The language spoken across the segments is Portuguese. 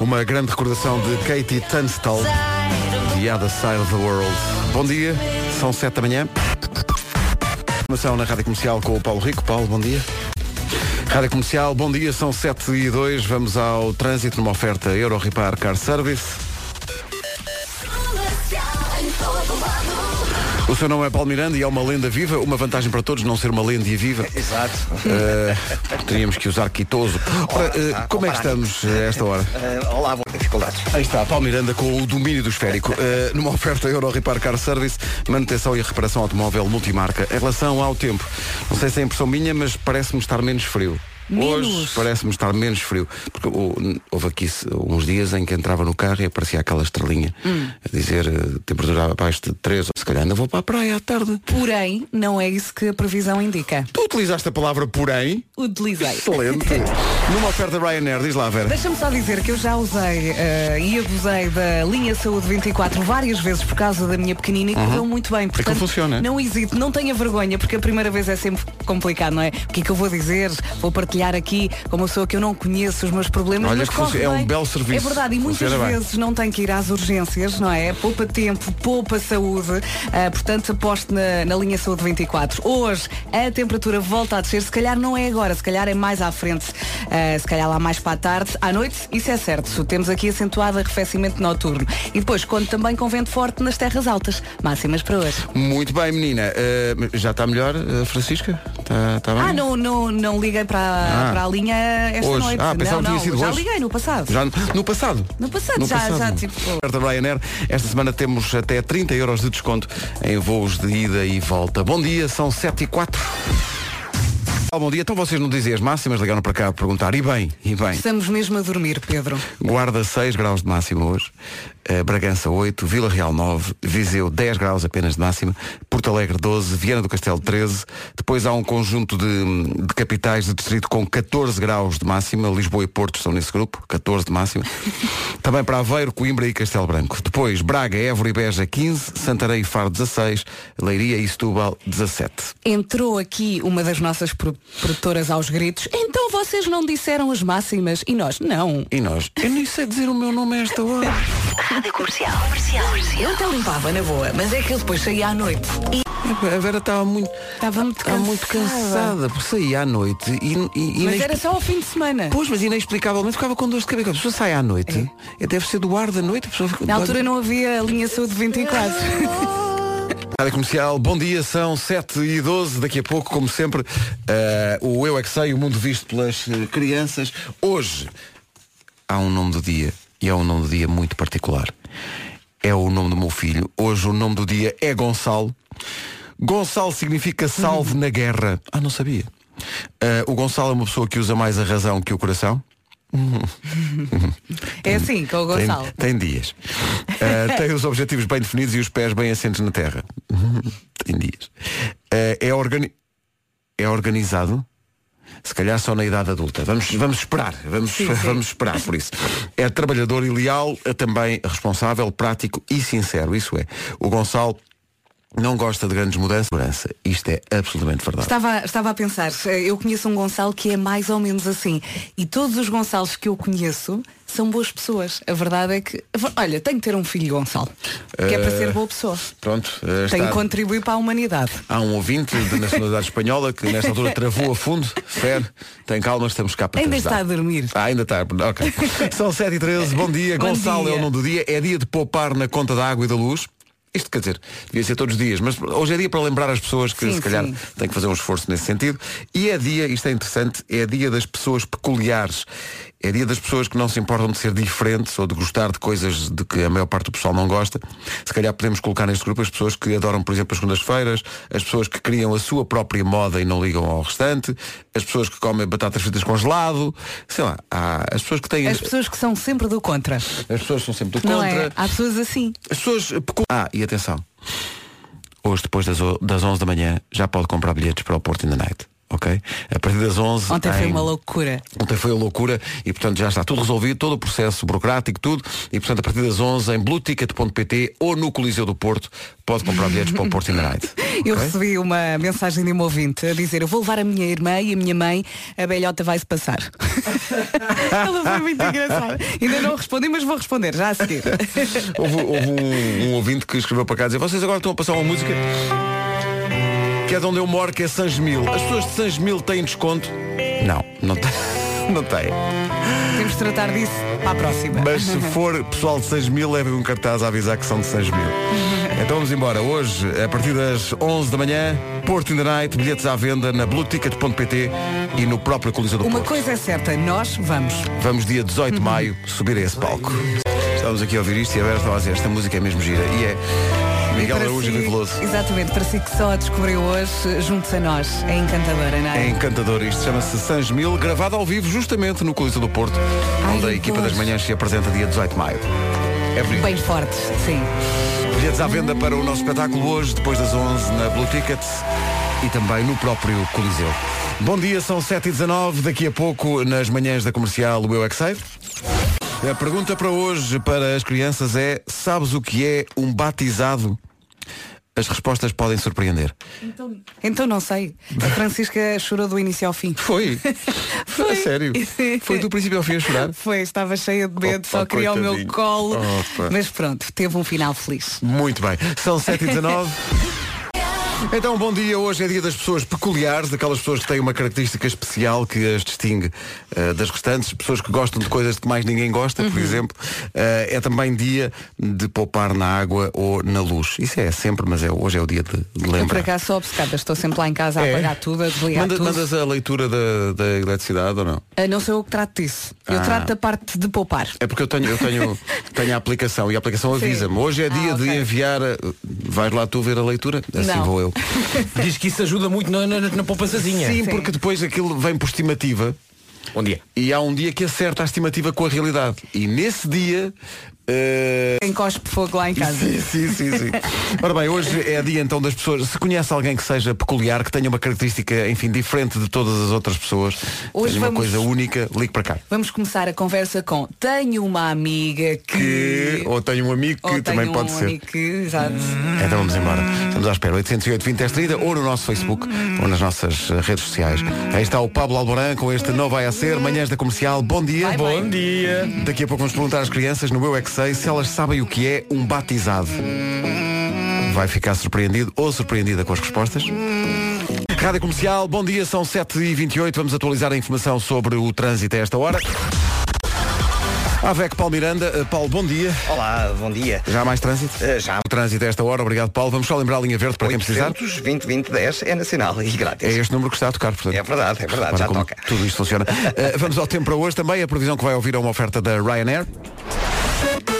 Uma grande recordação de Katie Tunstall e Other Side of the World. Bom dia, são 7 da manhã. Informação na Rádio Comercial com o Paulo Rico. Paulo, bom dia. Rádio Comercial, bom dia, são 7 e 2. Vamos ao trânsito numa oferta Euro Repar Car Service. O seu nome é Paulo Miranda e é uma lenda viva, uma vantagem para todos não ser uma lenda e viva. Exato. Uh, teríamos que usar quitoso. Ora, uh, Ah, como é que opa. estamos uh, a esta hora? Ah, Eh, olá, boas dificuldades. Aí está, Paulo Miranda com o domínio do esférico. Uh, numa oferta Euro Repar Car Service, manutenção e reparação automóvel multimarca. Em relação ao tempo, não sei se é impressão minha, mas parece-me estar menos frio. Menos. Hoje parece-me estar menos frio. Porque oh, n- houve aqui se- uns dias em que entrava no carro e aparecia aquela estrelinha Hum. a dizer eh, temperatura abaixo de 3. Se calhar ainda vou para a praia à tarde. Porém, não é isso que a previsão indica. Tu utilizaste a palavra porém? Utilizei. Excelente. Numa oferta Ryanair, diz lá, Vera. Deixa-me só dizer que eu já usei eh, e abusei da linha Saúde 24 várias vezes por causa da minha pequenina e correu muito bem. Portanto, funciona. Não hesite, não tenha vergonha, porque a primeira vez é sempre complicado, não é? O que é que eu vou dizer? Vou partilhar aqui com uma pessoa que eu não conheço os meus problemas. Olha mas que corre funci- é um bem. belo serviço. É verdade, e muitas Funciona bem. vezes não tem que ir às urgências, não é? Poupa tempo, poupa saúde. Ah, portanto, aposte na, na linha Saúde 24. Hoje a temperatura volta a descer, se calhar não é agora, se calhar é mais à frente, Ah, se calhar lá mais para a tarde. À noite, isso é certo. Temos aqui acentuado arrefecimento noturno. E depois, conto também com vento forte nas terras altas. Máximas para hoje. Muito bem, menina. Eh, já está melhor, eh, Francisca? Está está bem? Ah, não, não, não liguei para, Ah. para a linha esta hoje. noite. Ah, pensava que não, tinha não, sido já hoje. liguei no passado. Já no, no passado. No passado, já- já, tipo- Oferta Ryanair, esta semana temos até 30 euros de desconto em voos de ida e volta. Bom dia, são 7 e 4. bom dia, então vocês não dizem as máximas, ligaram para cá a perguntar. E bem, e bem. Estamos mesmo a dormir, Pedro. Guarda 6 graus de máxima hoje, eh, Bragança 8, Vila Real 9, Viseu 10 graus apenas de máxima, Porto Alegre 12, Viana do Castelo 13, depois há um conjunto de, de capitais de distrito com 14 graus de máxima, Lisboa e Porto estão nesse grupo, 14 de máxima, também para Aveiro, Coimbra e Castelo Branco. Depois Braga, Évora e Beja 15, Santarém e Faro 16, Leiria e Setúbal 17. Entrou aqui uma das nossas pro- produtoras aos gritos. Então vocês não disseram as máximas e nós não. E nós, eu nem sei dizer o meu nome a esta hora. Rádio Comercial. Comercial. Eu até limpava na boa, mas é que eu depois saía à noite. E A Vera estava muito... estava muito Está cansada. Tá muito cansada, porque saía à noite e, e, e Mas inexpli- era só ao fim de semana. Pois, mas inexplicavelmente ficava com dor de cabeça. A pessoa sai à noite, é. deve ser do ar da noite. A pessoa fica... Na altura não havia a linha saúde 24. Rádio Comercial, bom dia, são 7 e 12 Daqui a pouco, como sempre, eh, o Eu É Que Sei, o mundo visto pelas eh, crianças. Hoje há um nome do dia e é um nome do dia muito particular. É o nome do meu filho. Hoje o nome do dia é Gonçalo. Gonçalo significa salve na guerra. Ah, não sabia. Eh, o Gonçalo é uma pessoa que usa mais a razão que o coração. É assim, com o Tem- Gonçalo. Tem, dias. Ah, tem os objetivos bem definidos e os pés bem assentes na terra. tem dias. Ah, é, organi- é organizado. Se calhar só na idade adulta. Vamos, vamos esperar. Vamos, vamos esperar por isso. É trabalhador e leal, é também responsável, prático e sincero. Isso é. O Gonçalo não gosta de grandes mudanças. Segurança. Isto é absolutamente verdade. Estava, estava a pensar, eh, eu conheço um Gonçalo que é mais ou menos assim. E todos os Gonçalos que eu conheço são boas pessoas. A verdade é que, olha, tenho que ter um filho Gonçalo. Que é para Eh, ser boa pessoa. Pronto. ah, Tem está- que contribuir para a humanidade. Há um ouvinte de nacionalidade espanhola que nesta altura travou a fundo. Fer, tem calma, estamos cá para te Ainda ajudar. está a dormir. Ah, ainda está, ok. São 7 e 13 bom dia. Bom Gonçalo dia. é o nome do dia. É dia de poupar na conta da água e da luz. Isto quer dizer, devia ser todos os dias, mas hoje é dia para lembrar as pessoas que Sim, se calhar sim. têm que fazer um esforço nesse sentido. E é dia, isto é interessante, é dia das pessoas peculiares. É dia das pessoas que não se importam de ser diferentes ou de gostar de coisas de que a maior parte do pessoal não gosta. Se calhar podemos colocar neste grupo as pessoas que adoram, por exemplo, as segundas-feiras, as pessoas que criam a sua própria moda e não ligam ao restante, as pessoas que comem batatas fritas congelado, sei lá, há as pessoas que têm. As pessoas que são sempre do contra. As pessoas são sempre do Não contra. é? Há pessoas assim. As pessoas pecu- Ah, e atenção. Hoje, depois das, o- das 11 da manhã, já pode comprar bilhetes para o Porto in the Night. ok? A partir das 11. Ontem foi em- uma loucura. Ontem foi a loucura e, portanto, já está tudo resolvido, todo o processo burocrático, tudo. E, portanto, a partir das 11 em blueticket.pt ou no Coliseu do Porto pode comprar bilhetes para o Porto in the Night. Eu Ok? recebi uma mensagem de uma ouvinte a dizer eu vou levar a minha irmã e a minha mãe, a belhota vai-se passar. Ela foi muito engraçada. Ainda não respondi, mas vou responder já a seguir. Houve, houve um, um ouvinte que escreveu para cá dizer Vocês agora estão a passar uma música Que é de onde eu moro, que é Sangemil As pessoas de Sangemil têm desconto? Não, não tem Não tem. Temos de tratar disso à próxima. Mas se for pessoal de Sangemil Levem um cartaz a avisar que são de Sangemil Então vamos embora Hoje, a partir das 11 da manhã Porto in the Night Bilhetes à venda na blueticket.pt E no próprio Coliseu do Uma Porto coisa Uhum. é certa, nós vamos. Vamos dia 18 de maio subir a esse palco Estamos aqui a ouvir isto e a Vera estava a dizer Esta música é mesmo gira E é Miguel E para Araújo e si- Rui Veloso Exatamente, para si que só a descobriu hoje, juntos a nós. É encantadora, não É é? encantador isto, chama-se Sangemil, gravado ao vivo justamente no Coliseu do Porto, Ai, onde a que equipa gosto. das manhãs se apresenta dia 18 de maio. É bonito. Bem fortes, sim. Bilhetes à venda para o nosso espetáculo hoje, depois das 11, na Blue Ticket e também no próprio Coliseu. Bom dia, são 7h19, daqui a pouco, nas manhãs da comercial, o Eu é Que Sei. A pergunta para hoje, para as crianças, é Sabes o que é um batizado? As respostas podem surpreender. Então, não sei. A Francisca chorou do início ao fim. Foi. Foi. A sério. Foi do princípio ao fim a chorar. Foi, estava cheia de medo, Opa, só queria o meu coitadinho. colo. Opa. Mas pronto, teve um final feliz. Muito bem. São 7h19. Então, bom dia. Hoje é dia das pessoas peculiares, daquelas pessoas que têm uma característica especial que as distingue eh, das restantes, pessoas que gostam de coisas que mais ninguém gosta, Uhum. por exemplo. Eh, é também dia de poupar na água ou na luz. Isso é sempre, mas é, hoje é o dia de, de Eu por lembrar. acaso sou obcecada, estou sempre lá em casa a É. apagar tudo, a desligar Manda- tudo. mandas a leitura da, da eletricidade ou não? Ah, não sou eu que trato disso. Eu Ah. trato da parte de poupar. É porque eu tenho, eu tenho, tenho a aplicação e a aplicação Sim. avisa-me. Hoje é dia Ah, ok. de enviar. a- Vais lá tu ver a leitura? Assim Não. vou eu. Diz que isso ajuda muito na, na, na poupançazinha. Sim, Sim. porque depois aquilo vem por estimativa Bom dia. e há um dia que acerta a estimativa com a realidade. E nesse dia. eh, Quem cospe fogo lá em casa. Sim, sim, sim, sim. Ora bem, hoje é dia então das pessoas. Se conhece alguém que seja peculiar, que tenha uma característica, enfim, diferente de todas as outras pessoas, Hoje tenha uma vamos- coisa única, ligue para cá. Vamos começar a conversa com Tenho uma amiga que. Que... Ou tenho um amigo que Ou também tenho pode um ser. amigo que. Exato. Então vamos embora. Estamos à espera. 808 20 10 30 ou no nosso Facebook ou nas nossas eh, redes sociais. Aí está o Pablo Alboran com este Não Vai A Ser, Manhãs da Comercial. Bom dia. Vai, vai. Bom dia. Daqui a pouco vamos perguntar às crianças no Eu É Que Sei se elas sabem o que é um batizado. Vai ficar surpreendido ou surpreendida com as respostas? Rádio Comercial, bom dia, são 7h28, vamos atualizar a informação sobre o trânsito a esta hora. Avec Paulo Miranda, Eh, Paulo, bom dia. Olá, bom dia. Já há mais trânsito? Ah, Eh, já. O trânsito a esta hora, obrigado Paulo. Vamos só lembrar a linha verde para quem precisar. 20 20 10 é nacional e É grátis. este número que está a tocar, portanto. É verdade, é verdade, Repara já como toca. Tudo isto funciona. Eh, vamos ao tempo para hoje também. A previsão que vai ouvir é uma oferta da Ryanair.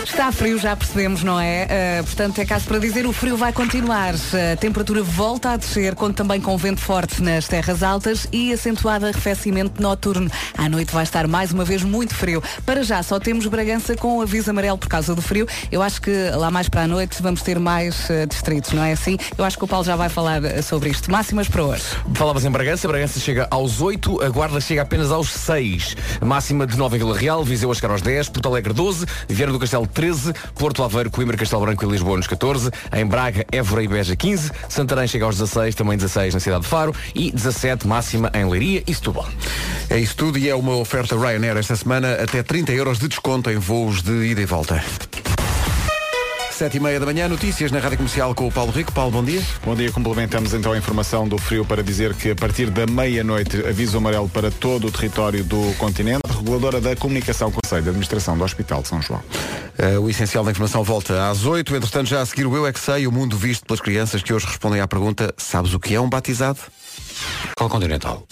Está frio, já percebemos, não é? Ah, portanto, é caso para dizer, o frio vai continuar. Eh, A temperatura volta a descer, conto também com vento forte nas terras altas e acentuado arrefecimento noturno. À noite vai estar mais uma vez muito frio. Para já, só temos Bragança com um aviso amarelo por causa do frio. Eu acho que lá mais para a noite vamos ter mais ah, distritos, não é assim? Eu acho que o Paulo já vai falar ah, sobre isto. Máximas para hoje. Falavas em Bragança, Bragança chega aos 8, a Guarda chega apenas aos 6. Máxima de 9 em Vila Real, Viseu a chegar aos 10, Porto Alegre 12, Vieira do Castelo 13, Porto Aveiro, Coimbra, Castelo Branco e Lisboa nos 14, em Braga, Évora e Beja 15, Santarém chega aos 16, também 16 na cidade de Faro e 17 máxima em Leiria e Setúbal. É isso tudo e é uma oferta Ryanair esta semana. Até 30 euros de desconto em voos de ida e volta. Sete e meia da manhã, notícias na Rádio Comercial com o Paulo Rico. Paulo, bom dia. Bom dia, complementamos então a informação do frio para dizer que a partir da meia-noite aviso amarelo para todo o território do continente. A reguladora da comunicação Conselho de Administração do Hospital de São João. Eh, o essencial da informação volta às 8. Entretanto, já a seguir o Eu É Que Sei, o mundo visto pelas crianças que hoje respondem à pergunta Sabes o que é um batizado? Qual continental?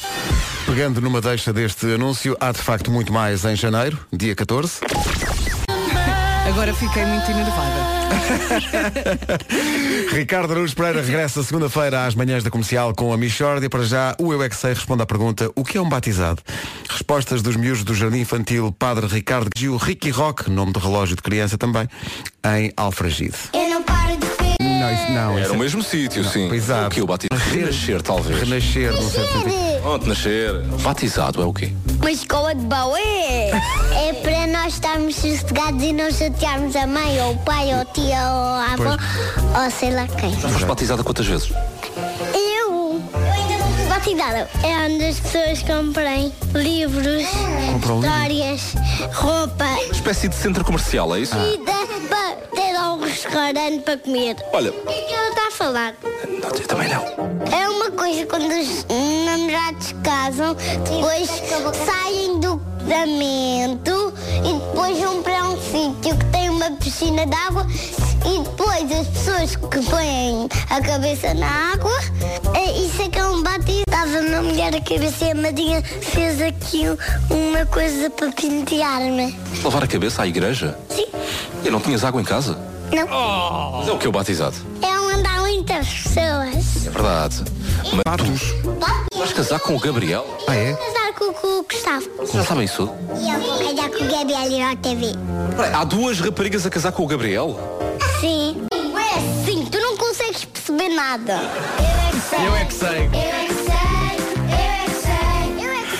Pegando numa deixa deste anúncio, há de facto muito mais em janeiro, dia 14. Agora fiquei muito enervada. Ricardo Araújo Pereira regressa segunda-feira às manhãs da comercial com a Michórdia. Para já, o Eu É Que Sei responde à pergunta O que é um batizado? Respostas dos miúdos do Jardim Infantil Padre Ricardo Gil Ricky Rock, nome de relógio de criança também, em Alfragide. Eu não paro de ver. não, isso não. Era isso é o mesmo sítio, sim. exato. É, O que eu bati? Renascer, é- talvez. Renascer, não sei. Pronto, nascer. Batizado é o quê? Uma escola de balé! É para nós estarmos sossegados e não chatearmos a mãe, ou o pai, ou o tio, ou a avó, ou sei lá quem. Já foste batizada quantas vezes? Eu, eu ainda não fui batizada. É onde as pessoas compram livros, histórias, roupa Espécie de centro comercial, é isso? e dá para ter um restaurante para comer. Olha, O que é que ela está a falar? não, eu também não. É uma coisa quando os namorados casam, depois saem do casamento e depois vão para um sítio que tem uma piscina de água e depois as pessoas que põem a cabeça na água, eh, isso é que é um batido. Estava uma mulher a cabeça e a madrinha fez aqui uma coisa para pentear-me. Lavar a cabeça à igreja? Sim, E não tinhas água em casa? não. Mas é o que eu batizado. É onde há muitas pessoas. É verdade. Mas tu vais casar com o Gabriel? Ah, é? Casar com, com o Gustavo. Vocês já sabem isso? E eu vou casar com o Gabriel e o TV. Há duas raparigas a casar com o Gabriel? Sim. É sim, tu não consegues perceber nada. Eu é que sei. Eu é que sei. Eu é que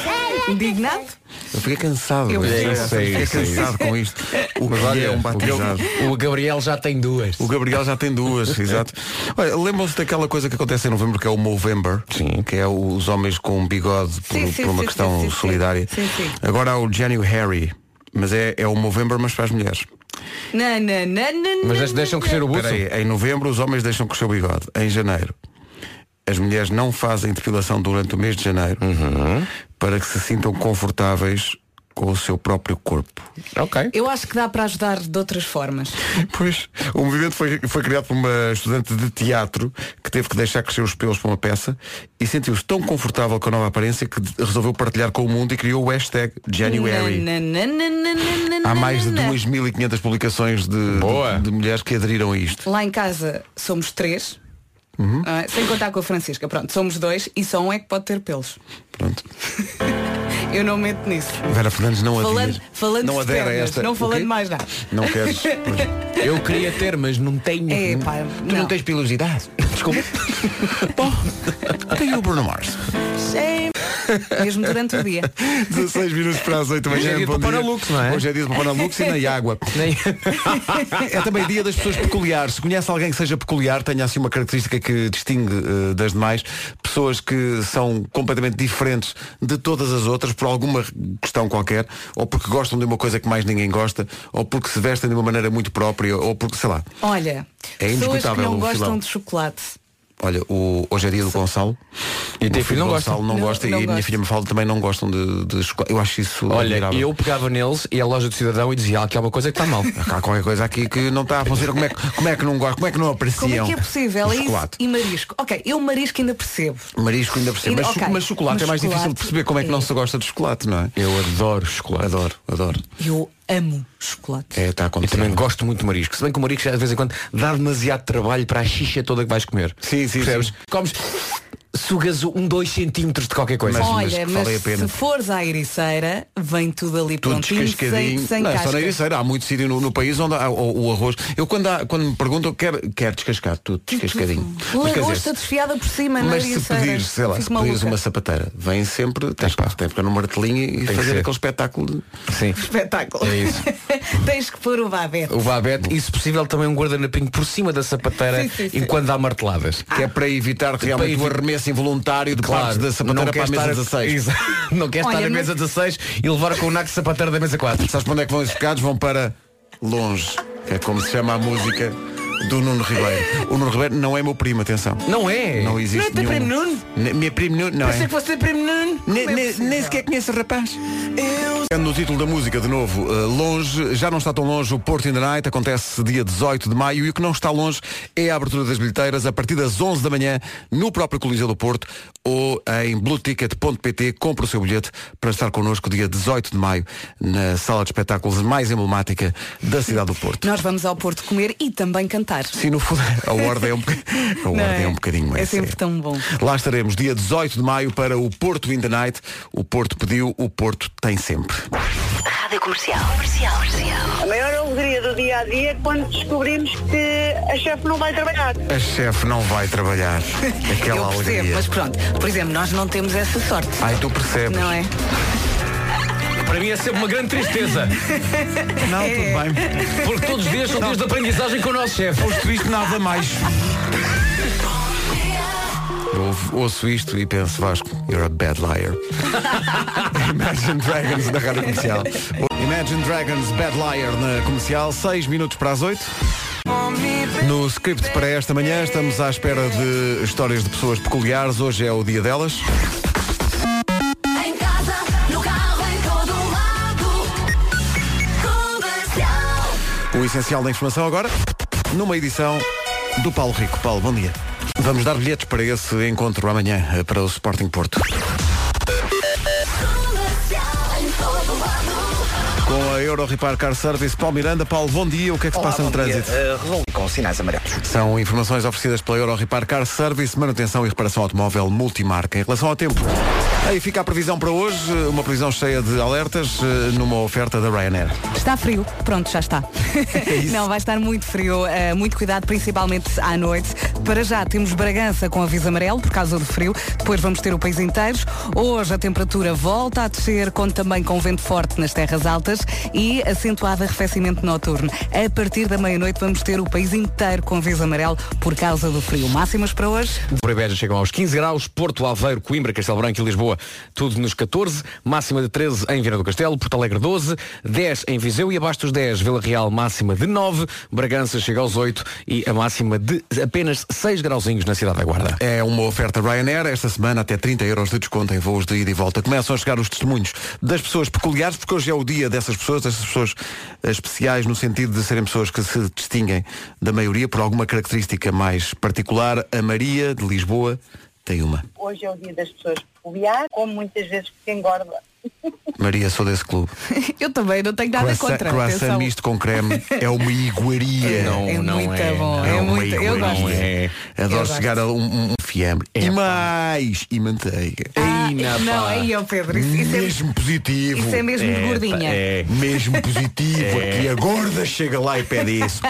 sei. Indignado? Eu fiquei cansado. Eu fiquei, sei, fiquei sei. cansado com isto. O que é um batizado. O Gabriel já tem duas. O Gabriel já tem duas, exato. Olha, lembram-se daquela coisa que acontece em novembro, que é o Movember, Sim. que é o- os homens com bigode por, um, Sim, sim, por uma sim, questão sim, sim, sim. solidária. Sim, sim. Agora há o January, mas é, é o Movember, mas para as mulheres. Não, não, não, não, Mas não, deixam, deixam crescer o buço. Espera aí, em novembro os homens deixam crescer o bigode. Em janeiro, as mulheres não fazem depilação durante o mês de janeiro para que se sintam confortáveis com o seu próprio corpo. Ok. Eu acho que dá para ajudar de outras formas. Pois, o movimento foi, foi criado por uma estudante de teatro que teve que deixar crescer os pelos para uma peça e sentiu-se tão confortável com a nova aparência que de- resolveu partilhar com o mundo e criou o hashtag January. Na, na, na, na, na, na, Há mais de na, na. 2.500 publicações de, Boa. de, de mulheres que aderiram a isto. Lá em casa somos três. Uhum. Ah, sem contar com a Francisca, pronto, somos dois e só um é que pode ter pelos. Pronto. Eu não meto nisso. Vera Fernandes não Falando, adere. falando não de adere a pernas, esta. não O falando quê? mais nada. Não queres. Pois. Eu queria ter, mas não tenho. É, pá, tu não, não. tens pilosidade. Desculpa. Tem o Bruno Mars. Mesmo durante o dia. 16 minutos para as 8 da Hoje é manhã. dia de bom papar a Lux, não é? Hoje é dia de papar a Lux e nem água. Nem- É também dia das pessoas peculiares. Se conhece alguém que seja peculiar, tenha assim uma característica que distingue eh, das demais, pessoas que são completamente diferentes de todas as outras por alguma questão qualquer, ou porque gostam de uma coisa que mais ninguém gosta, ou porque se vestem de uma maneira muito própria, ou porque, sei lá. Olha, É pessoas que indiscutável não o gostam filão. de chocolate. Olha, o- hoje é dia do Gonçalo. E O teu meu filho não gosta? Gonçalo não, Não, gosta não e a minha gosta. filha me fala também não gostam de, de chocolate. Eu acho isso Olha, admirável. eu pegava neles e a loja do cidadão e dizia "Ah, que há uma coisa que está mal. Há qualquer coisa aqui que não está a funcionar. Como é, que- como é que não gosta? Como é que não apreciam? Como é que é possível? É isso chocolate? e marisco. Ok, eu marisco ainda percebo. Marisco ainda por cima. Ainda- Mas, cho- ok. mas chocolate Mas é mais difícil de chocolate perceber como é que é. não se gosta de chocolate, não é? Eu adoro chocolate. Adoro, adoro. Eu amo chocolate. É, está a E acontecer. também gosto muito de marisco. Se bem que o marisco já, de vez em quando dá demasiado trabalho para a xixa toda que vais comer. Sim, sim, Percebes? sim. Comes, sugas um, dois centímetros de qualquer coisa. mas- Olha, mas mas, vale a pena. se fores à ericeira, vem tudo ali Tudo prontinho, descascadinho. sem, sem não, é só casca. na ericeira. Há muito sítio no, no país onde há o, o arroz. Eu quando, há- quando me perguntam, quero, quero descascar tudo, descascadinho. Mas, quer Lagosta dizer, desfiada por cima na mas se ericeira. pedires, sei lá, Fico se pedires maluca. uma sapateira, vem sempre, tens que tem que pegar no martelinho e que fazer ser. aquele espetáculo. Sim. Espetáculo. É isso. Tens que pôr o babete. O babete e se possível também um guardanapinho por cima da sapateira Sim, sim, sim. enquanto dá marteladas. Ah. Que é para evitar realmente o evi- arremesso involuntário de partes da sapateira para a queres mesa estar 16. Exato. Não quer estar Olha, na mas- mesa 16 e levar com o naco sapateiro da mesa 4. Sabes para onde é que vão esses pecados? Vão para longe. que é como se chama a música do Nuno Ribeiro. O Nuno Ribeiro não é meu primo, atenção. Não é? Não existe Não é teu nenhum... primo Nuno? Ne- Meu primo Nuno, não Pensei é? que fosse teu primo Nuno. é Ne- ne- Nem sequer conheço o rapaz. No título da música, de novo, eh, longe, já não está tão longe o Porto in the Night, acontece dia 18 de maio e o que não está longe é a abertura das bilheteiras a partir das 11 da manhã no próprio Coliseu do Porto ou em blueticket.pt. Compre o seu bilhete para estar connosco dia 18 de maio na sala de espetáculos mais emblemática da cidade do Porto. Nós vamos ao Porto comer e também cantar. jantar. Sim, no fundo, a ordem é um, boc- a Não ordem é um bocadinho É essa, sempre é. tão bom. Lá estaremos dia 18 de maio para o Porto in the Night. O Porto pediu, o Porto tem sempre. Rádio Comercial. Comercial. Comercial. A maior alegria do dia a dia é quando descobrimos que a chefe não vai trabalhar. A chefe não vai trabalhar. Aquela Eu percebo, alegria. mas pronto. é? Por exemplo, nós não temos essa sorte. Ai, tu percebes. Não é? Para mim é sempre uma grande tristeza, Não, tudo bem. é. porque todos os dias são dias de aprendizagem com o nosso chefe. Posto isto, nada mais. Eu ouvo- ouço isto e penso, Vasco, you're a bad liar. Imagine Dragons na rádio comercial. Imagine Dragons, bad liar na comercial, 6 minutos para as 8. No script para esta manhã estamos à espera de histórias de pessoas peculiares. Hoje é o dia delas. Em casa, no carro, em todo lado. Comercial. O essencial da informação agora, numa edição do Paulo Rico. Paulo, bom dia. Vamos dar bilhetes para esse encontro amanhã, eh, para o Sporting Porto. Com a Euro Repar Car Service, Paulo Miranda. Paulo, bom dia. O que é que se passa no trânsito? Ah, resolvi com sinais amarelos. São informações oferecidas pela Euro Repar Car Service, manutenção e reparação automóvel multimarca. Em relação ao tempo, aí fica a previsão para hoje, uma previsão cheia de alertas, eh, numa oferta da Ryanair. Está frio, pronto, já está. Não, vai estar muito frio, eh, muito cuidado, principalmente à noite. Para já temos Bragança com aviso amarelo por causa do frio, depois vamos ter o país inteiro. Hoje a temperatura volta a descer, conto também com vento forte nas terras altas e acentuado arrefecimento noturno. A partir da meia-noite vamos ter o país inteiro com aviso amarelo por causa do frio. Máximas para hoje? Por Beja chegam aos 15 graus, Porto, Aveiro, Coimbra, Castelo Branco e Lisboa, tudo nos 14, máxima de 13 em Viana do Castelo, Porto Alegre 12, 10 em Viseu e abaixo dos 10, Vila Real máxima de 9, Bragança chega aos 8 e a máxima de apenas 6 grauzinhos na cidade da Guarda. É uma oferta Ryanair. Esta semana até 30 euros de desconto em voos de ida e volta. Começam a chegar os testemunhos das pessoas peculiares, porque hoje é o dia dessas pessoas, dessas pessoas eh, especiais no sentido de serem pessoas que se distinguem da maioria por alguma característica mais particular. A Maria de Lisboa tem uma. Hoje é o dia das pessoas peculiares, como muitas vezes que se engorda. Maria, sou desse clube. Eu também não tenho nada Croissant, contra. croissant atenção. misto com creme é uma iguaria. é muito bom, é, uma muito, eu iguaria. gosto. Adoro Eu gosto. chegar a um, um- um fiambre. e mais! E manteiga. Ah, não, aí é o Pedro, isso, isso é mesmo positivo. É, Isso é mesmo de É. gordinha. Mesmo positivo, aqui a gorda chega lá e pede isso.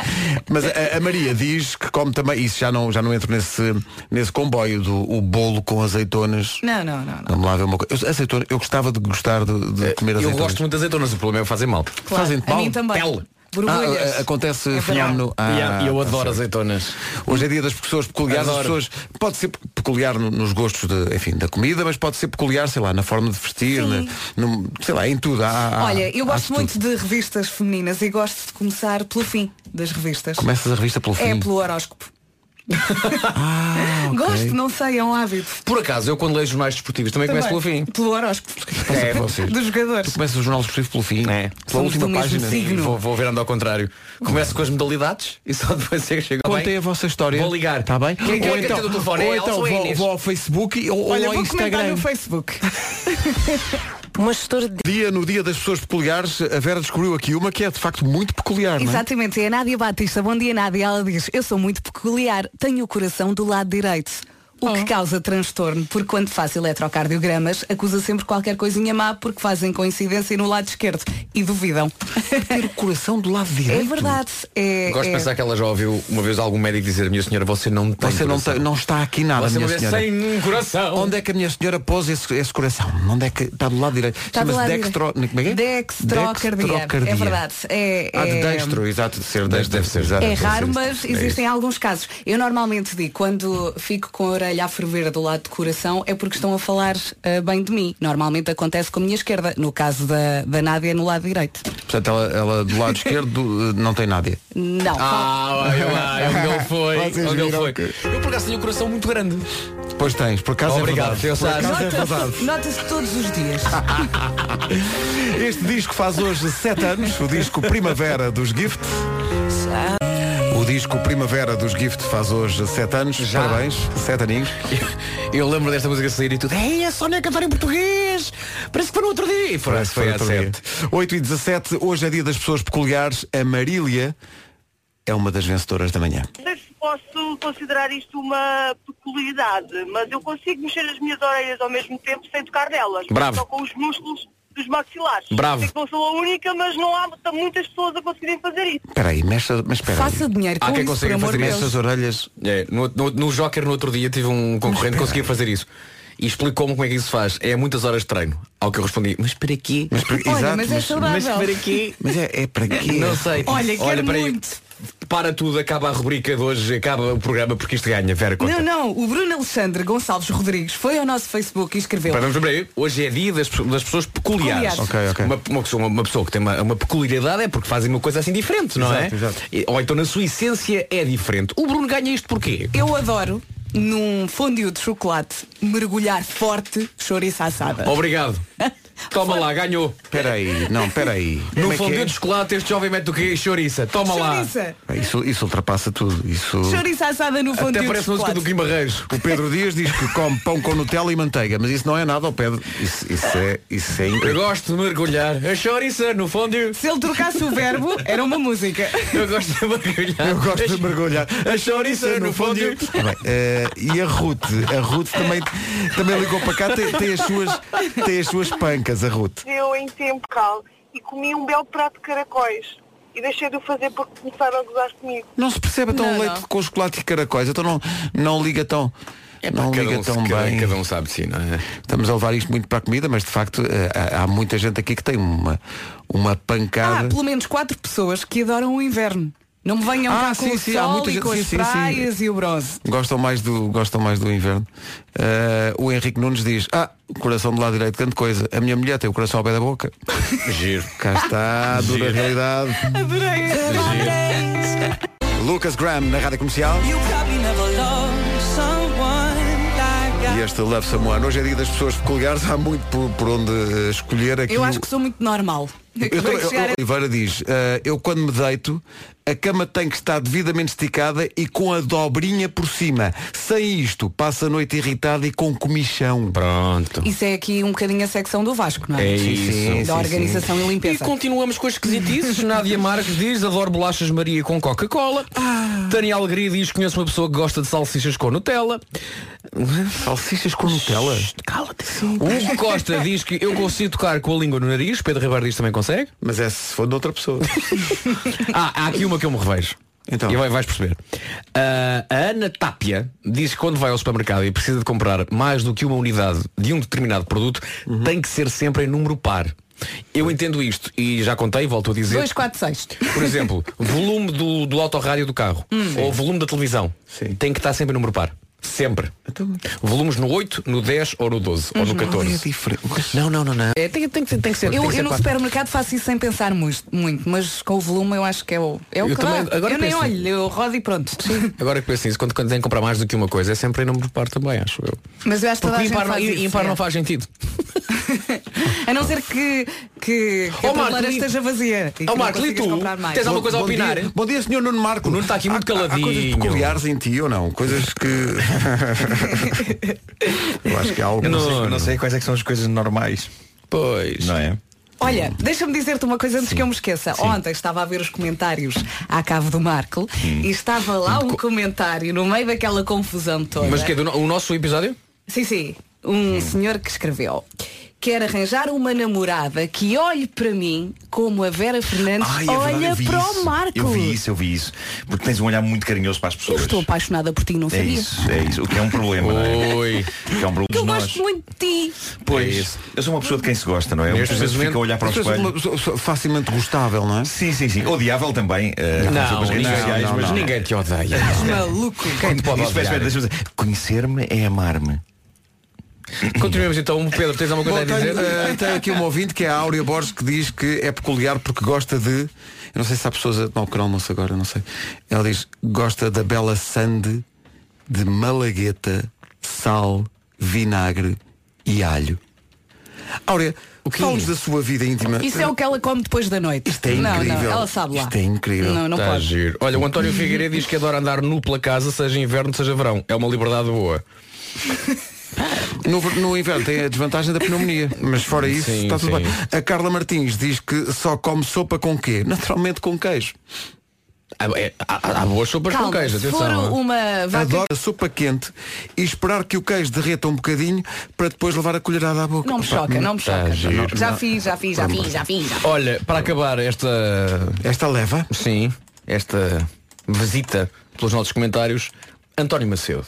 Mas a, a Maria diz que come também, isso já não, já não entro nesse, nesse comboio do o bolo com azeitonas. Não, não, não, não. Vamos lá ver uma coisa. Eu- Azeitona, eu gostava de gostar de, de comer É, Eu azeitonas. gosto muito de azeitonas, o problema é fazer mal. Claro, Fazem-te a mal? mim também. Pele. Borbulhas. Ah, a- acontece É fenómeno. E Ah, eu tá adoro certo. azeitonas. Hoje é dia das pessoas peculiares, as Adoro. pessoas pode ser peculiar no- nos gostos de, enfim, da comida, mas pode ser peculiar, sei lá, na forma de vestir, na, no- sei lá, em tudo. Há- há- Olha, eu há de gosto Ah, tudo. muito de revistas femininas e gosto de começar pelo fim das revistas. Começas a revista pelo fim. É pelo horóscopo. Ah, Gosto, não sei, é um hábito. Por acaso, eu quando leio jornais desportivos também, Também. começo pelo fim. Pelo horóscopo. É, vocês. Dos jogadores. Começa o jornal desportivo pelo fim. É. Pela Somos última do mesmo página. signo. Vou, vou virando ao contrário. Começo com as modalidades e só depois é que chego ao Contem bem. a vossa história. Vou ligar. Está bem? Quem é que ou é que então, atende o telefone? ou É então Elsa ou é vou, Inês? vou ao Facebook ou, Olha, ou ao vou comentar Instagram. no Facebook. Uma gestora de... Dia, no dia das pessoas peculiares, a Vera descobriu aqui uma que é de facto muito peculiar. Não é? Exatamente, é a Nádia Batista. Bom dia, Nádia. Ela diz, eu sou muito peculiar, tenho o coração do lado direito. O Oh. que causa transtorno, porque quando faz eletrocardiogramas, acusa sempre qualquer coisinha má porque fazem coincidência no lado esquerdo e duvidam. Ter o coração do lado É direito. verdade. É, Gosto é. de pensar que ela já ouviu uma vez algum médico dizer Minha senhora, você não tem Você não, coração." tem- não está aqui nada, Você é uma minha vez senhora. sem coração Onde é que a minha senhora pôs esse, esse coração? Onde é que está do lado direito? Está do Chama-se lado dextro... direito. Como é que é? Dextrocardia. É verdade. É- Ah, de é- dextro, exato, de ser dextro. Deve ser. exato, É deve ser. raro, mas É existem alguns casos. Eu normalmente digo, quando fico com a orelha a ferver do lado do coração, é porque estão a falar ah, bem de mim. Normalmente acontece com a minha esquerda. No caso da, da Nádia, é no lado direito. isso. Portanto, ela, ela do lado esquerdo eh, não tem nada. Não. Ah, olha lá, é onde ele foi Vocês onde ele viram foi Eu por acaso tenho um coração muito grande Pois tens, por acaso Obrigado, é verdade. eu Por sei. acaso é Nota-se- verdade. Nota-se todos os dias. Ah, Este disco faz hoje 7 anos, o disco Primavera dos Gift. O disco Primavera dos Gift faz hoje 7 anos. Parabéns, 7 aninhos. Eu lembro desta música sair e tudo Ei, é a Sónia a cantar em português Parece que foi no outro dia E foi, Parece que foi, foi há outro dia. sete. 8 e 17, hoje é dia das pessoas peculiares. A Marília é uma das vencedoras da manhã. Não sei se posso considerar isto uma peculiaridade, mas eu consigo mexer as minhas orelhas ao mesmo tempo sem tocar nelas. Bravo. Só com os músculos dos maxilares. Bravo. Sei que não sou a única, mas não há muitas pessoas a conseguirem fazer isso. Espera aí, mexe, mas espera Faça aí. dinheiro com é. Há quem isso, por consiga amor fazer de Mexe Deus. as orelhas. É, no, no, no Joker no outro dia tive um concorrente que conseguia fazer isso. E explicou-me como é que isso se faz. É muitas horas de treino. Ao que eu respondi, mas para quê? Mas, para- Olha, exato, mas é Mas saudável. para quê? mas é, é para quê? Não sei. Olha, quero para aí. muito. Para tudo, acaba a rubrica de hoje, acaba o programa porque isto ganha, Vera conta. Não, não, o Bruno Alexandre Gonçalves Rodrigues foi ao nosso Facebook e escreveu. Para, vamos lembrar aí, hoje é dia das, pe- das pessoas peculiares. Peculiares. ok. Ok, Uma, uma pessoa, uma pessoa que tem uma, uma peculiaridade é porque fazem uma coisa assim diferente, não é? Exato, exato. E- Ou então na sua essência é diferente. O Bruno ganha isto porquê? Eu adoro, num fondue de chocolate, mergulhar forte chouriça assada. Ah. Obrigado. Toma lá, ganhou. Espera aí, não, espera aí. No Como é que fundo é? de chocolate este jovem mete o quê? Chouriça. Toma lá. Chouriça! Bem, Isso, isso ultrapassa tudo. Isso... Chouriça assada no Até fondue de parece a música chocolate. do Guimarães. O Pedro Dias diz que come pão com Nutella e manteiga, mas isso não é nada ao Pedro. Isso, isso é, isso é Eu incrível. gosto de mergulhar. A chouriça no fundo. Se ele trocasse o verbo, era uma música. Eu gosto de mergulhar. Eu gosto de mergulhar. A chouriça no fundo. Ah, bem, eh, e a Ruth, a Ruth também, também ligou para cá, tem, tem as suas, tem as suas pancas, a Ruth. Eu em tempo cal e comi um belo prato de caracóis. E deixei de o fazer porque começaram a gozar comigo. Não se percebe tão Não, leite não. com chocolate e caracóis, então não, não liga tão. não liga tão bem. É cada um sabe de si, não é? Estamos a levar isto muito para a comida, mas de facto eh, há, há muita gente aqui que tem uma, uma Há pancada. pelo menos quatro pessoas que adoram o inverno. Não me venham Ah, cá sim, com o sim, há sol muita e gente- com sim, as sim, sim. praias e o bronze. Gostam mais do, gostam mais do inverno. Eh, o Henrique Nunes diz, ah, o coração do lado direito, grande coisa. A minha mulher tem o coração ao pé da boca. Giro. Cá está, a dura Giro. realidade. Adorei. Lucas Graham na Rádio Comercial. E este Love Someone. Hoje é dia das pessoas peculiares, há muito por, por onde eh, escolher aqui. Eu o- acho que sou muito normal. Eu Acabei também- de chegar o Oliveira diz, "Ah, eu quando me deito, a cama tem que estar devidamente esticada e com a dobrinha por cima. Sem isto, passo a noite irritada e com comichão. Pronto. a- Isso é aqui um bocadinho a secção do Vasco, não é? É Sim, isso. sim, da organização e E limpeza. continuamos com as esquisitices. Nádia Marques diz, adoro bolachas Maria com Coca-Cola. Ah. Tânia Alegria diz, conheço uma pessoa que gosta de salsichas com Nutella. Salsichas com Nutella. Cala-te. Hugo Costa diz que eu consigo tocar com a língua no nariz. Pedro Ribeiro diz que também consegue. Mas é se for de outra pessoa. Ah, há aqui uma que eu me revejo. Então. E vai- vais perceber. Ah, a Ana Tapia diz que quando vai ao supermercado e precisa de comprar mais do que uma unidade de um determinado produto, Uhum. tem que ser sempre em número par. Eu entendo isto e já contei, volto a dizer. 246. Por exemplo, volume do, do autorrádio do carro Hum. ou volume da televisão Sim. Então, tem que estar sempre em número par. Sempre. Volumes no 8, no 10 ou no 12 ou no Qual é a 14. diferença? Não, não, não, não. É, tem, tem que ser- tem que ser. tem Eu, que eu ser no quatro. supermercado faço isso sem pensar mu- muito, mas com o volume eu acho que é o, é o Eu que também- dá. agora eu nem penso- olho, eu rodo e pronto. Agora que penso nisso, quando, quando tem que comprar mais do que uma coisa, é sempre em número par também, acho eu. Mas eu acho que toda a Porque gente ímpar, não, faz isso, ímpar é. não faz sentido. A não ser que, que, que Oh, a Marco, prateleira e- esteja vazia. E que Oh, não Marco, e consigas tu? comprar mais. Tens alguma Bom- coisa a bom opinar? Dia. Bom dia, senhor Nuno Marco. O Nuno está aqui muito Há- há- Há coisas caladinho. peculiares em ti ou não? Coisas que... eu acho que há algo... Não. Eu não sei quais é que são as coisas normais, Pois. não é? Olha, deixa-me dizer-te uma coisa antes que eu me esqueça. Ontem estava a ver os comentários à Cave do Marco e estava lá um comentário no meio daquela confusão toda. Mas que é do no- o nosso episódio? Sim, sim. Um senhor que escreveu. Quer arranjar uma namorada que olhe para mim como a Vera Fernandes Ai, é verdade, olha eu vi para isso. o Marco. Eu vi isso, eu vi isso. Porque tens um olhar muito carinhoso para as Eu pessoas. estou apaixonada por ti, não é sabia. isso, é isso. O que é um problema, não é? Oi. O Que é um problema. Que eu Nós, gosto muito de ti. Pois, É isso. eu sou uma pessoa de quem se gosta, não é? Neste Muitas vezes momento, fica a olhar para o Mas tu és uma espelho. pessoa- pessoa facilmente gostável, não é? Sim, sim, sim. Odiável também. eh, com as redes sociais, mas- ninguém te odeia. És maluco. Quem te pode Isso, espera, espera, odiar? deixa-me dizer. Conhecer-me é amar-me. Continuemos então, Pedro, tens alguma Bom, coisa a tenho, dizer? eh, tenho aqui um ouvinte que é a Áurea Borges que diz que é peculiar porque gosta de. Eu não sei se há pessoas a tomar um pequeno almoço agora, não sei. Ela diz gosta da bela sande de malagueta, sal, vinagre e alho. Áurea, quê? fala-nos da sua vida íntima. Isso é o que ela come depois da noite. Isto é não, não, incrível. ela sabe lá. Isto é incrível. Não, não Tá pode. giro. Olha, o António Figueiredo diz que adora andar nu pela casa, seja inverno, seja verão. É uma liberdade boa. No, ver- no inverno tem a desvantagem da pneumonia, mas fora isso Sim, está tudo sim. bem. A Carla Martins diz que só come sopa com quê? Naturalmente com queijo. Há, é- há- há boas sopas Calma, com queijo, se atenção. for hein? uma vaca Adoro a sopa quente e esperar que o queijo derreta um bocadinho para depois levar a colherada à boca. Não me Opa, choca, não me tá choca. giro. Já fiz, já fiz, já fiz, já fiz. já fiz. Olha, para acabar esta. Esta leva? Sim, esta visita pelos nossos comentários, António Macedo.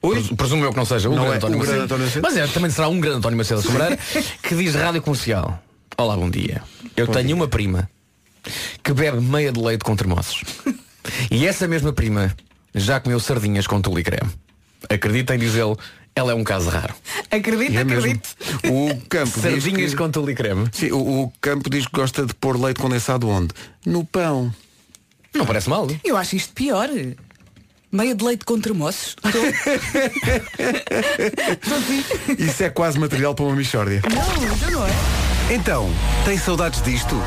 Pres- Presumo eu que não seja o Não grande é António o Macedo. grande António Macedo. Mas é, também será um grande António Macedo Sobreira que diz rádio comercial. Olá, bom dia. Eu tenho uma prima que bebe meia de leite com termossos. e essa mesma prima já comeu sardinhas com tule e creme. Acreditem, diz ele, ela é um caso raro. Acredito, É mesmo. acredito. O campo diz Sardinhas que... com tule e creme. Sim, o, o campo diz que gosta de pôr leite condensado onde? No pão. Não parece mal. Eu acho isto pior. Meia de leite com tremoços. Isso é quase material para uma mixórdia. Não, já não é. Então, tem saudades disto?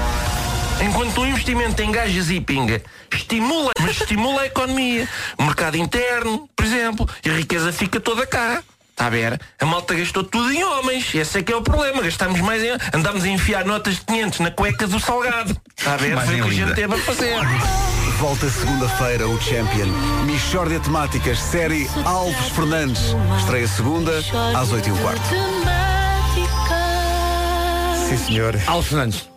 Enquanto o investimento em gajas e pinga estimula, mas estimula a economia, o mercado interno, por exemplo, e a riqueza fica toda cá. Está a ver? A malta gastou tudo em homens. Esse é que é o problema. Gastamos mais em... Andamos a enfiar notas de 500 na cueca do salgado. Está a ver? Foi o que Imagem a linda. gente teve a fazer. Volta segunda-feira o Champion. Mixórdia Temáticas, série Alves Fernandes. Estreia segunda, é às 8 um h quarto. Sim, senhor. Alves Fernandes.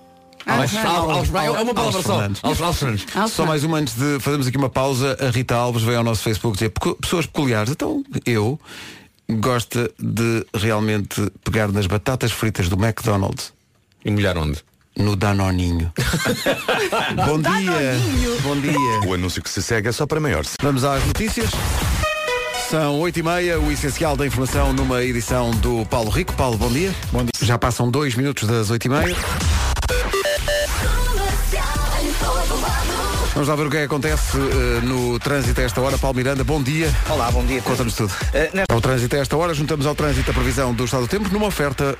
Alves Alves- É uma palavra Alves só. Fernandes. Alves Alves Fernandes. Só mais uma antes de fazermos aqui uma pausa. A Rita Alves veio ao nosso Facebook dizer "Pecu- pessoas peculiares. Então eu gosto de realmente pegar nas batatas fritas do McDonald's E melhor onde? no Danoninho. Bom dia. Bom dia. O anúncio que se segue é só para maiores. Vamos às notícias. São 8 e meia, o essencial da informação numa edição do Paulo Rico. Paulo, bom dia. Bom dia. Já passam dois minutos das 8 e meia. Vamos lá ver o que é que acontece eh, no trânsito a esta hora. Paulo Miranda, bom dia. Olá, bom dia. Conta-nos tudo. Ao trânsito a esta hora, juntamos ao trânsito a previsão do estado do tempo numa oferta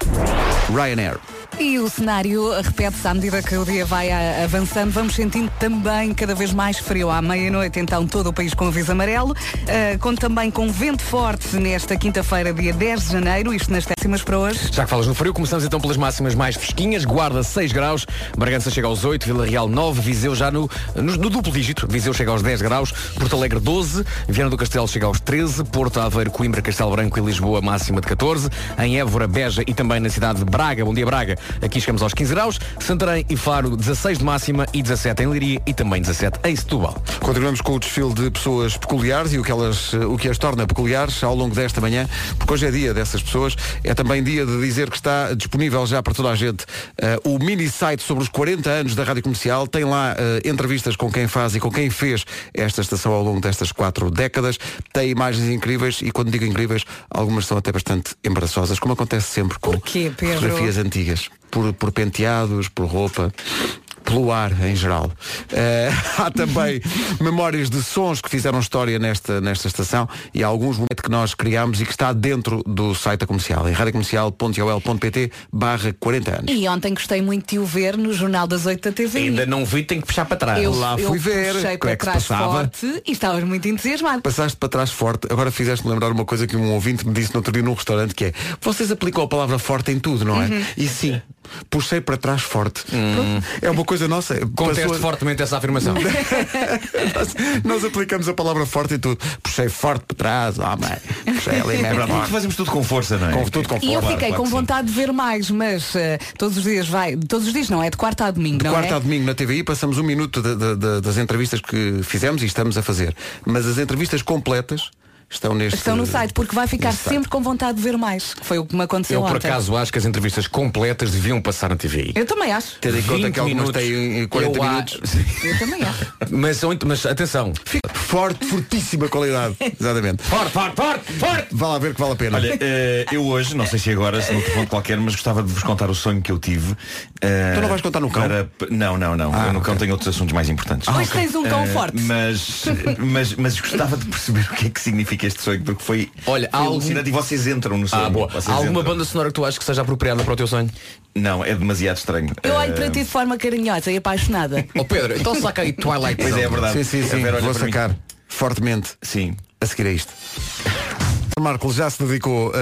Ryanair. E o cenário repete-se à medida que o dia vai a- avançando. Vamos sentindo também cada vez mais frio à meia-noite, então todo o país com aviso amarelo. Uh, conto também com vento forte nesta quinta-feira, dia 10 de janeiro, isto nas décimas para hoje. Já que falas no frio, começamos então pelas máximas mais fresquinhas. Guarda 6 graus, Bragança chega aos 8, Vila Real 9, Viseu já no, no, no duplo dígito. Viseu chega aos 10 graus, Porto Alegre 12, Viana do Castelo chega aos 13, Porto Aveiro, Coimbra, Castelo Branco e Lisboa máxima de 14, em Évora, Beja e também na cidade de Braga, bom dia Braga, aqui chegamos aos 15 graus, Santarém e Faro 16 de máxima e 17 em Liria e também 17 em Setúbal. Continuamos com o desfile de pessoas peculiares e o que, elas, eh, o que as torna peculiares ao longo desta manhã, porque hoje é dia dessas pessoas. É também dia de dizer que está disponível já para toda a gente eh, o mini site sobre os 40 anos da Rádio Comercial. Tem lá eh, entrevistas com quem faz e com quem fez esta estação ao longo destas quatro décadas. Tem imagens incríveis e quando digo incríveis, algumas são até bastante embaraçosas, como acontece sempre com Porquê, Pedro? fotografias antigas, por, por penteados, por roupa, pelo ar em geral. Eh, há também memórias de sons que fizeram história nesta, nesta estação e há alguns momentos que nós criámos e que está dentro do site da comercial, em radiocomercial.ol.pt barra 40 anos. E ontem gostei muito de o ver no Jornal das 8 da TV. não vi, tenho que puxar para trás. eu, lá eu fui ver como puxei para é que se trás passava. forte e estavas muito entusiasmado. Passaste para trás forte, agora fizeste-me lembrar uma coisa que um ouvinte me disse no outro dia num restaurante que é vocês aplicam a palavra forte em tudo, não é? E sim, puxei para trás forte. É uma coisa nossa. Contesto Passou- fortemente essa afirmação. nós, nós aplicamos a palavra forte e tudo. Puxei forte para trás, oh, mãe. Puxei ali mesmo. Porque fazemos tudo com força, não é? Com tudo com E eu forte. fiquei com vontade de ver mais, mas eh, todos os dias vai, todos os dias não, é de quarta a domingo, De não quarta é? a domingo na TVI passamos um minuto de- de- de- das entrevistas que fizemos e estamos a fazer. Mas as entrevistas completas estão neste Estão no site, porque vai ficar neste site. sempre com vontade de ver mais. que Foi o que me aconteceu Eu por ontem. acaso acho que as entrevistas completas deviam passar na TVI. Eu também acho. Tendo em conta 20 que algumas minutos. têm eh, 40 Eu a- minutos. Eu também acho. Mas, são int- mas atenção. Forte, fortíssima qualidade. Exatamente. Forte, forte, forte, forte! Vá lá ver que vale a pena. Olha, eh, eu hoje, não sei se agora, se noutro ponto qualquer, mas gostava de vos contar o sonho que eu tive. Tu eh, Então não vais contar no cão? Ah, para- Não, não, não. eu no cão tenho outros assuntos mais importantes. Hoje tens um cão Eh, forte. Mas, mas, mas gostava de perceber o que é que significa este sonho, porque foi, Olha, foi há algum- alucinante e vocês entram no sonho. Ah, boa. Vocês Há alguma entram. banda sonora que tu achas que seja apropriada para o teu sonho? Não, é demasiado estranho. Eu Eh, olho para ti de forma carinhosa e apaixonada. Ó Pedro, então saca aí Twilight Pois é, é verdade. Sim, sim, A sim. Vera olha Vou para mim. sacar fortemente Sim. a seguir a isto. Marco já se dedicou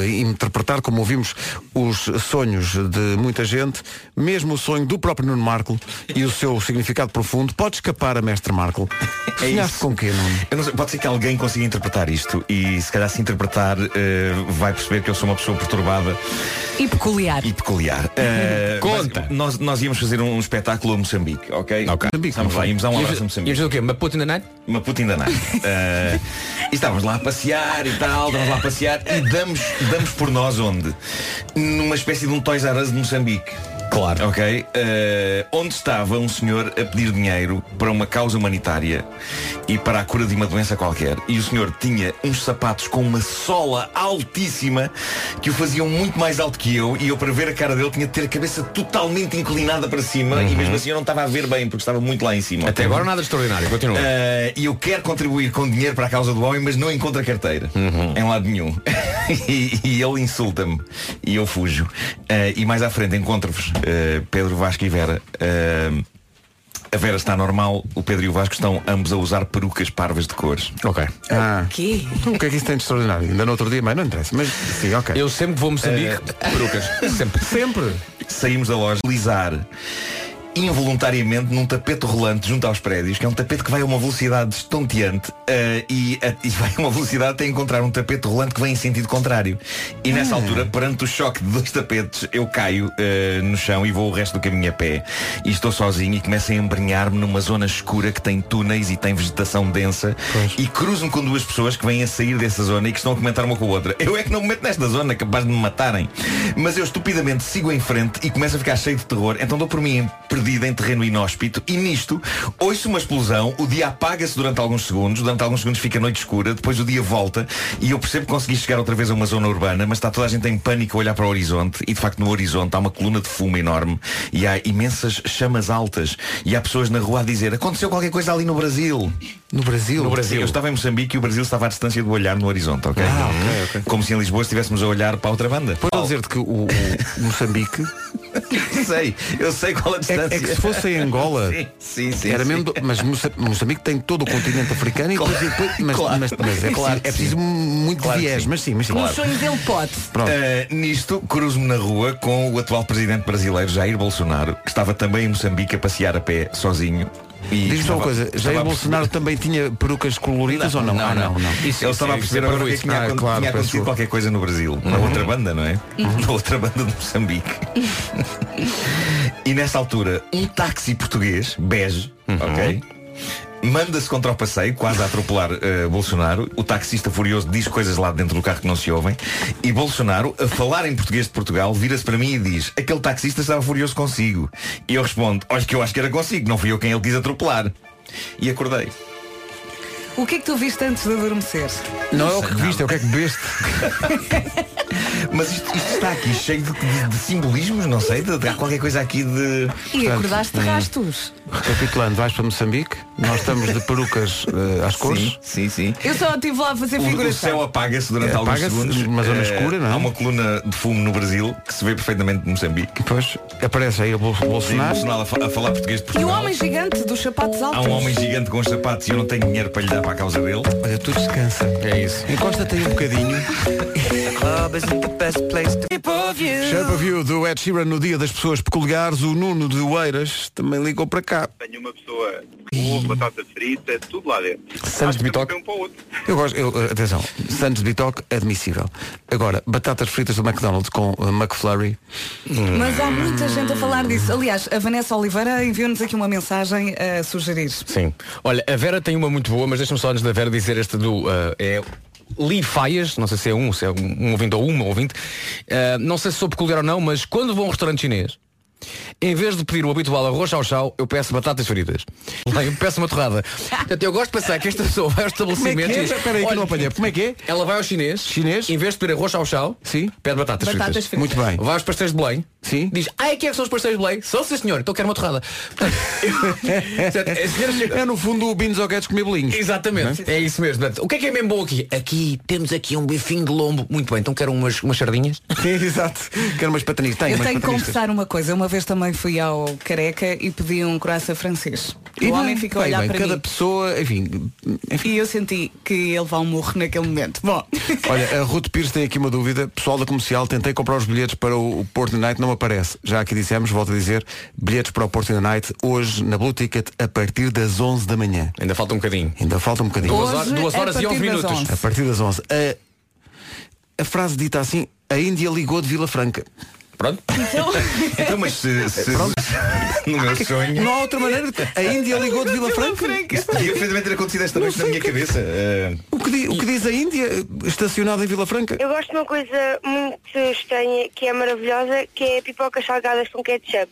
a interpretar, como ouvimos, os sonhos de muita gente, mesmo o sonho do próprio Nuno Marco e o seu significado profundo pode escapar a Mestre Marco. É Sonhaste isso. com quê, Nuno? Eu não sei, pode ser que alguém consiga interpretar isto e se calhar se interpretar eh, vai perceber que eu sou uma pessoa perturbada E peculiar. e peculiar. Eh, Conta. mas Nós, nós íamos fazer um espetáculo a Moçambique, ok? Ok. Estávamos lá, íamos dar um abraço a Moçambique. Ias dizer o quê? Uma puta ainda não? Uma puta ainda não. Eh, e estávamos lá a passear e tal, estávamos lá a passear e damos, damos por nós onde? Numa espécie de um Toys R Us de Moçambique. Claro. Ok? Eh, onde estava um senhor a pedir dinheiro para uma causa humanitária e para a cura de uma doença qualquer. E o senhor tinha uns sapatos com uma sola altíssima que o faziam muito mais alto que eu e eu para ver a cara dele tinha de ter a cabeça totalmente inclinada para cima e mesmo assim eu não estava a ver bem porque estava muito lá em cima. Uhum. Até agora nada de extraordinário, continua. Eh, e eu quero contribuir com dinheiro para a causa do homem, mas não encontro a carteira. Em lado nenhum. e, e ele insulta-me. E eu fujo. Eh, e mais à frente encontro-vos, eh, Pedro, Vasco e Vera. Eh, a Vera está normal, o Pedro e o Vasco estão ambos a usar perucas parvas de cores. Ok. Ah, Quê? o que é que isso tem de extraordinário? Ainda no outro dia, mas não interessa. Mas sim, ok. Eu sempre que vou a Moçambique, eh, perucas. Sempre. Sempre. Saímos da loja, lisar involuntariamente num tapete rolante junto aos prédios, que é um tapete que vai a uma velocidade estonteante eh, e, a- e vai a uma velocidade até encontrar um tapete rolante que vem em sentido contrário. E nessa altura, perante o choque de dois tapetes, eu caio eh, no chão e vou o resto do caminho a pé. E estou sozinho e começo a embrenhar-me numa zona escura que tem túneis e tem vegetação densa e cruzo-me com duas pessoas que vêm a sair dessa zona e que estão a comentar uma com a outra. Eu é que não me meto nesta zona, capaz de me matarem. Mas eu estupidamente sigo em frente e começo a ficar cheio de terror, então dou por mim em- perdido em terreno inóspito e nisto ouço uma explosão, o dia apaga-se durante alguns segundos, durante alguns segundos fica noite escura, depois o dia volta e eu percebo que consegui chegar outra vez a uma zona urbana, mas está toda a gente em pânico a olhar para o horizonte e de facto no horizonte há uma coluna de fumo enorme e há imensas chamas altas e há pessoas na rua a dizer aconteceu qualquer coisa ali no Brasil. No Brasil. Ah, No Sim, Brasil. eu estava em Moçambique e o Brasil estava à distância do olhar no horizonte, ok? Uhum. Como se em Lisboa estivéssemos a olhar para outra banda. Posso Oh. dizer-te que o, o Moçambique sei, eu sei qual a é, distância. é que se fosse em Angola. Sim, sim, sim. Era sim. mesmo, do- mas Moça- Moçambique tem todo o continente africano e depois, depois- mas, Claro. mas- mas é Claro claro, que é preciso muito Claro que viés, sim. mas sim, mas sim. No Um sonho dele pode. Pronto. Uh, nisto, cruzo-me na rua com o atual presidente brasileiro, Jair Bolsonaro, que estava também em Moçambique a passear a pé sozinho. Diz-me e só estava- uma coisa, estava Jair a perceber- Bolsonaro também tinha perucas coloridas ou não? Ah, Ele estava a perceber agora o que é que tinha, Ah, acon- claro, peço tinha acontecido desculpa. Uhum. qualquer coisa no Brasil. Na outra banda, não é? Na outra banda de Moçambique. e nessa altura, um táxi português, bege, Uhum. ok? Manda-se contra o passeio, quase a atropelar eh, Bolsonaro. O taxista furioso diz coisas lá dentro do carro que não se ouvem. E Bolsonaro, a falar em português de Portugal, vira-se para mim e diz Aquele taxista estava furioso consigo. E eu respondo Olha que eu acho que era consigo, não fui eu quem ele quis atropelar. E acordei. O que é que tu viste antes de adormecer? Não é o que viste, é o que é que beste. Mas isto, isto está aqui cheio de, de- de simbolismos, não sei, de, de- há qualquer coisa aqui de. E acordaste hum. de rastos. Recapitulando, vais para Moçambique, nós estamos de perucas eh, às cores. Sim, sim, sim. Eu só estive lá a fazer O, o figuração. céu apaga-se durante É, alguns apaga-se segundos. numa zona Eh, escura, não é? Há uma coluna de fumo no Brasil que se vê perfeitamente de Moçambique. Depois aparece aí o Bol- Sim, Bolsonaro. Bolsonaro a, fa- a falar português de E o Portugal. homem gigante dos sapatos Há altos. um homem gigante com os sapatos e eu não tenho dinheiro para lhe dar para a causa dele. Olha, tu descansa. É isso. Encosta-te aí um bocadinho. Shape of You do Ed Sheeran no Dia das Pessoas Peculiares. O Nuno de Oeiras também ligou para cá. Tenho uma pessoa com batata frita, é tudo lá dentro. Santos de Bitoque. Um para o outro. Eu gosto, eu, eh, atenção, Santos de Bitoque, admissível. Agora, batatas fritas do McDonald's com eh, McFlurry. Mas há muita gente a falar disso. Aliás, a Vanessa Oliveira enviou-nos aqui uma mensagem a sugerir. Sim. Olha, a Vera tem uma muito boa, mas deixa-me só antes da Vera dizer esta do. ah, é Li Faias, não sei se é um, se é um ouvinte ou uma ouvinte, ah, não sei se sou peculiar ou não, mas quando vou a um restaurante chinês, em vez de pedir o habitual arroz ao chau, eu peço batatas fritas. Lá eu peço uma torrada. Portanto, eu gosto de pensar que esta pessoa vai ao estabelecimento é? e diz, Espera aí que "Olha, não apanhei. Como é que é?" Ela vai ao chinês, Chinês? em vez de pedir arroz ao chau, Sim. pede batatas, Batatas fritas. Muito bem. Vai aos pastéis de Belém, Sim. diz, ai, quem é que são os pastéis de Belém? São, sim senhor, então quero uma torrada. Portanto, Portanto, a senhora chega- É no fundo o Binos Oguetes comer bolinhos. Exatamente, é isso mesmo. Portanto, O que é que é mesmo bom aqui? Aqui temos aqui um bifinho de lombo. Muito bem, então quero umas, umas sardinhas. Exato. Quero umas patanistas. Tem Eu umas tenho que patanistas. confessar uma coisa. Uma vez também fui ao Careca e pedi um croissant francês. O homem ficou a bem, olhar bem, para cada mim. pessoa, enfim, E eu senti que ele vai um morro naquele momento. Bom, Olha, a Ruth Pires tem aqui uma dúvida. Pessoal da comercial, tentei comprar os bilhetes para o o Porto Night, não aparece. Já aqui dissemos, volto a dizer, bilhetes para o Porto Night hoje na Blue Ticket a partir das 11 da manhã. Ainda falta um bocadinho. Ainda falta um bocadinho. Duas Hoje, horas- duas a horas e partir 11 das minutos. 11. A partir das 11. A, a frase dita assim, a Índia ligou de Vila Franca. Pronto. Então, mas se, se- no meu sonho. Não há outra maneira. A Índia ligou de Vila Franca. Isso podia perfeitamente ter acontecido esta noite na é minha cabeça. Eh, O que, di- o que diz a Índia estacionada em Vila Franca? Eu gosto de uma coisa muito estranha que é maravilhosa, que é pipocas salgadas com ketchup.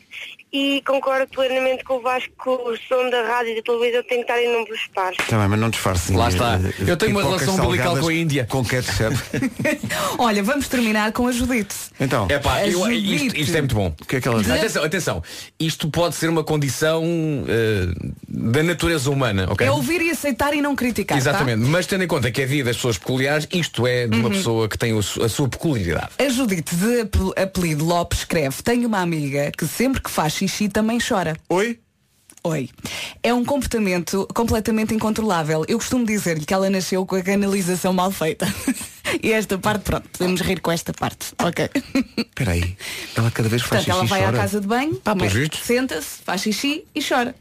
E concordo plenamente com o Vasco que o som da rádio e da televisão tem que estar em números pares. Está Tá bem, mas não disfarce. Lá Eh, está. Eu tenho uma pipocas relação umbilical salgadas com a Índia. Com ketchup. olha, vamos terminar com a Judite. Então, É pá, eu- Ajude-te. isto, isto é muito bom. que é que ela diz? Atenção, atenção. Isto pode ser uma condição eh, da natureza humana, ok? É ouvir e aceitar e não criticar. tá? Exatamente, mas tendo em conta que é dia das pessoas peculiares, isto é de uma Uhum. pessoa que tem o su- a sua peculiaridade. A Judite, de apel- apelido Lopes, escreve Tenho uma amiga que sempre que faz xixi também chora. Oi? Oi. É um comportamento completamente incontrolável. Eu costumo dizer-lhe que ela nasceu com a canalização mal feita. e esta parte, pronto, podemos rir com esta parte. Ok. Espera aí. Ela cada vez faz Portanto, ela xixi e vai à chora. casa de banho, pelos mete- vistos. senta-se, faz xixi e chora.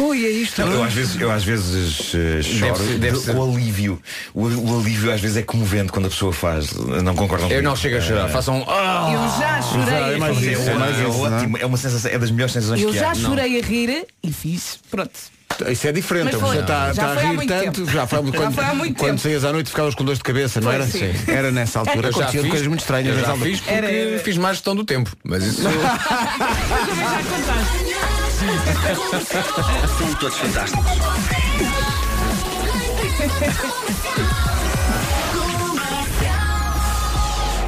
Ui, é isto. eu às vezes, eu às vezes eh, choro ser- deve do- ser. o alívio. O, o alívio às vezes é comovente quando a pessoa faz. Não concordam Eu comigo? não chego a chorar, Eh, façam um. "Ah!" Eu já chorei. a Mas rir. é, isso, é mais é isso, não é? ótimo, é uma sensação, é das melhores sensações Eu que já há. chorei a rir e fiz. Pronto. Isso é diferente, Mas a foi- pessoa está já está a foi há rir muito tanto, tempo. já foi, Já quando, foi há muito quando tempo. saías à noite ficavas com dores de cabeça, não Foi, era? sim. Era nessa altura, Eu já aconteciam fiz, coisas muito estranhas. eu já nessa fiz porque altura. fiz mais gestão do tempo. Mas isso. São todos fantásticos.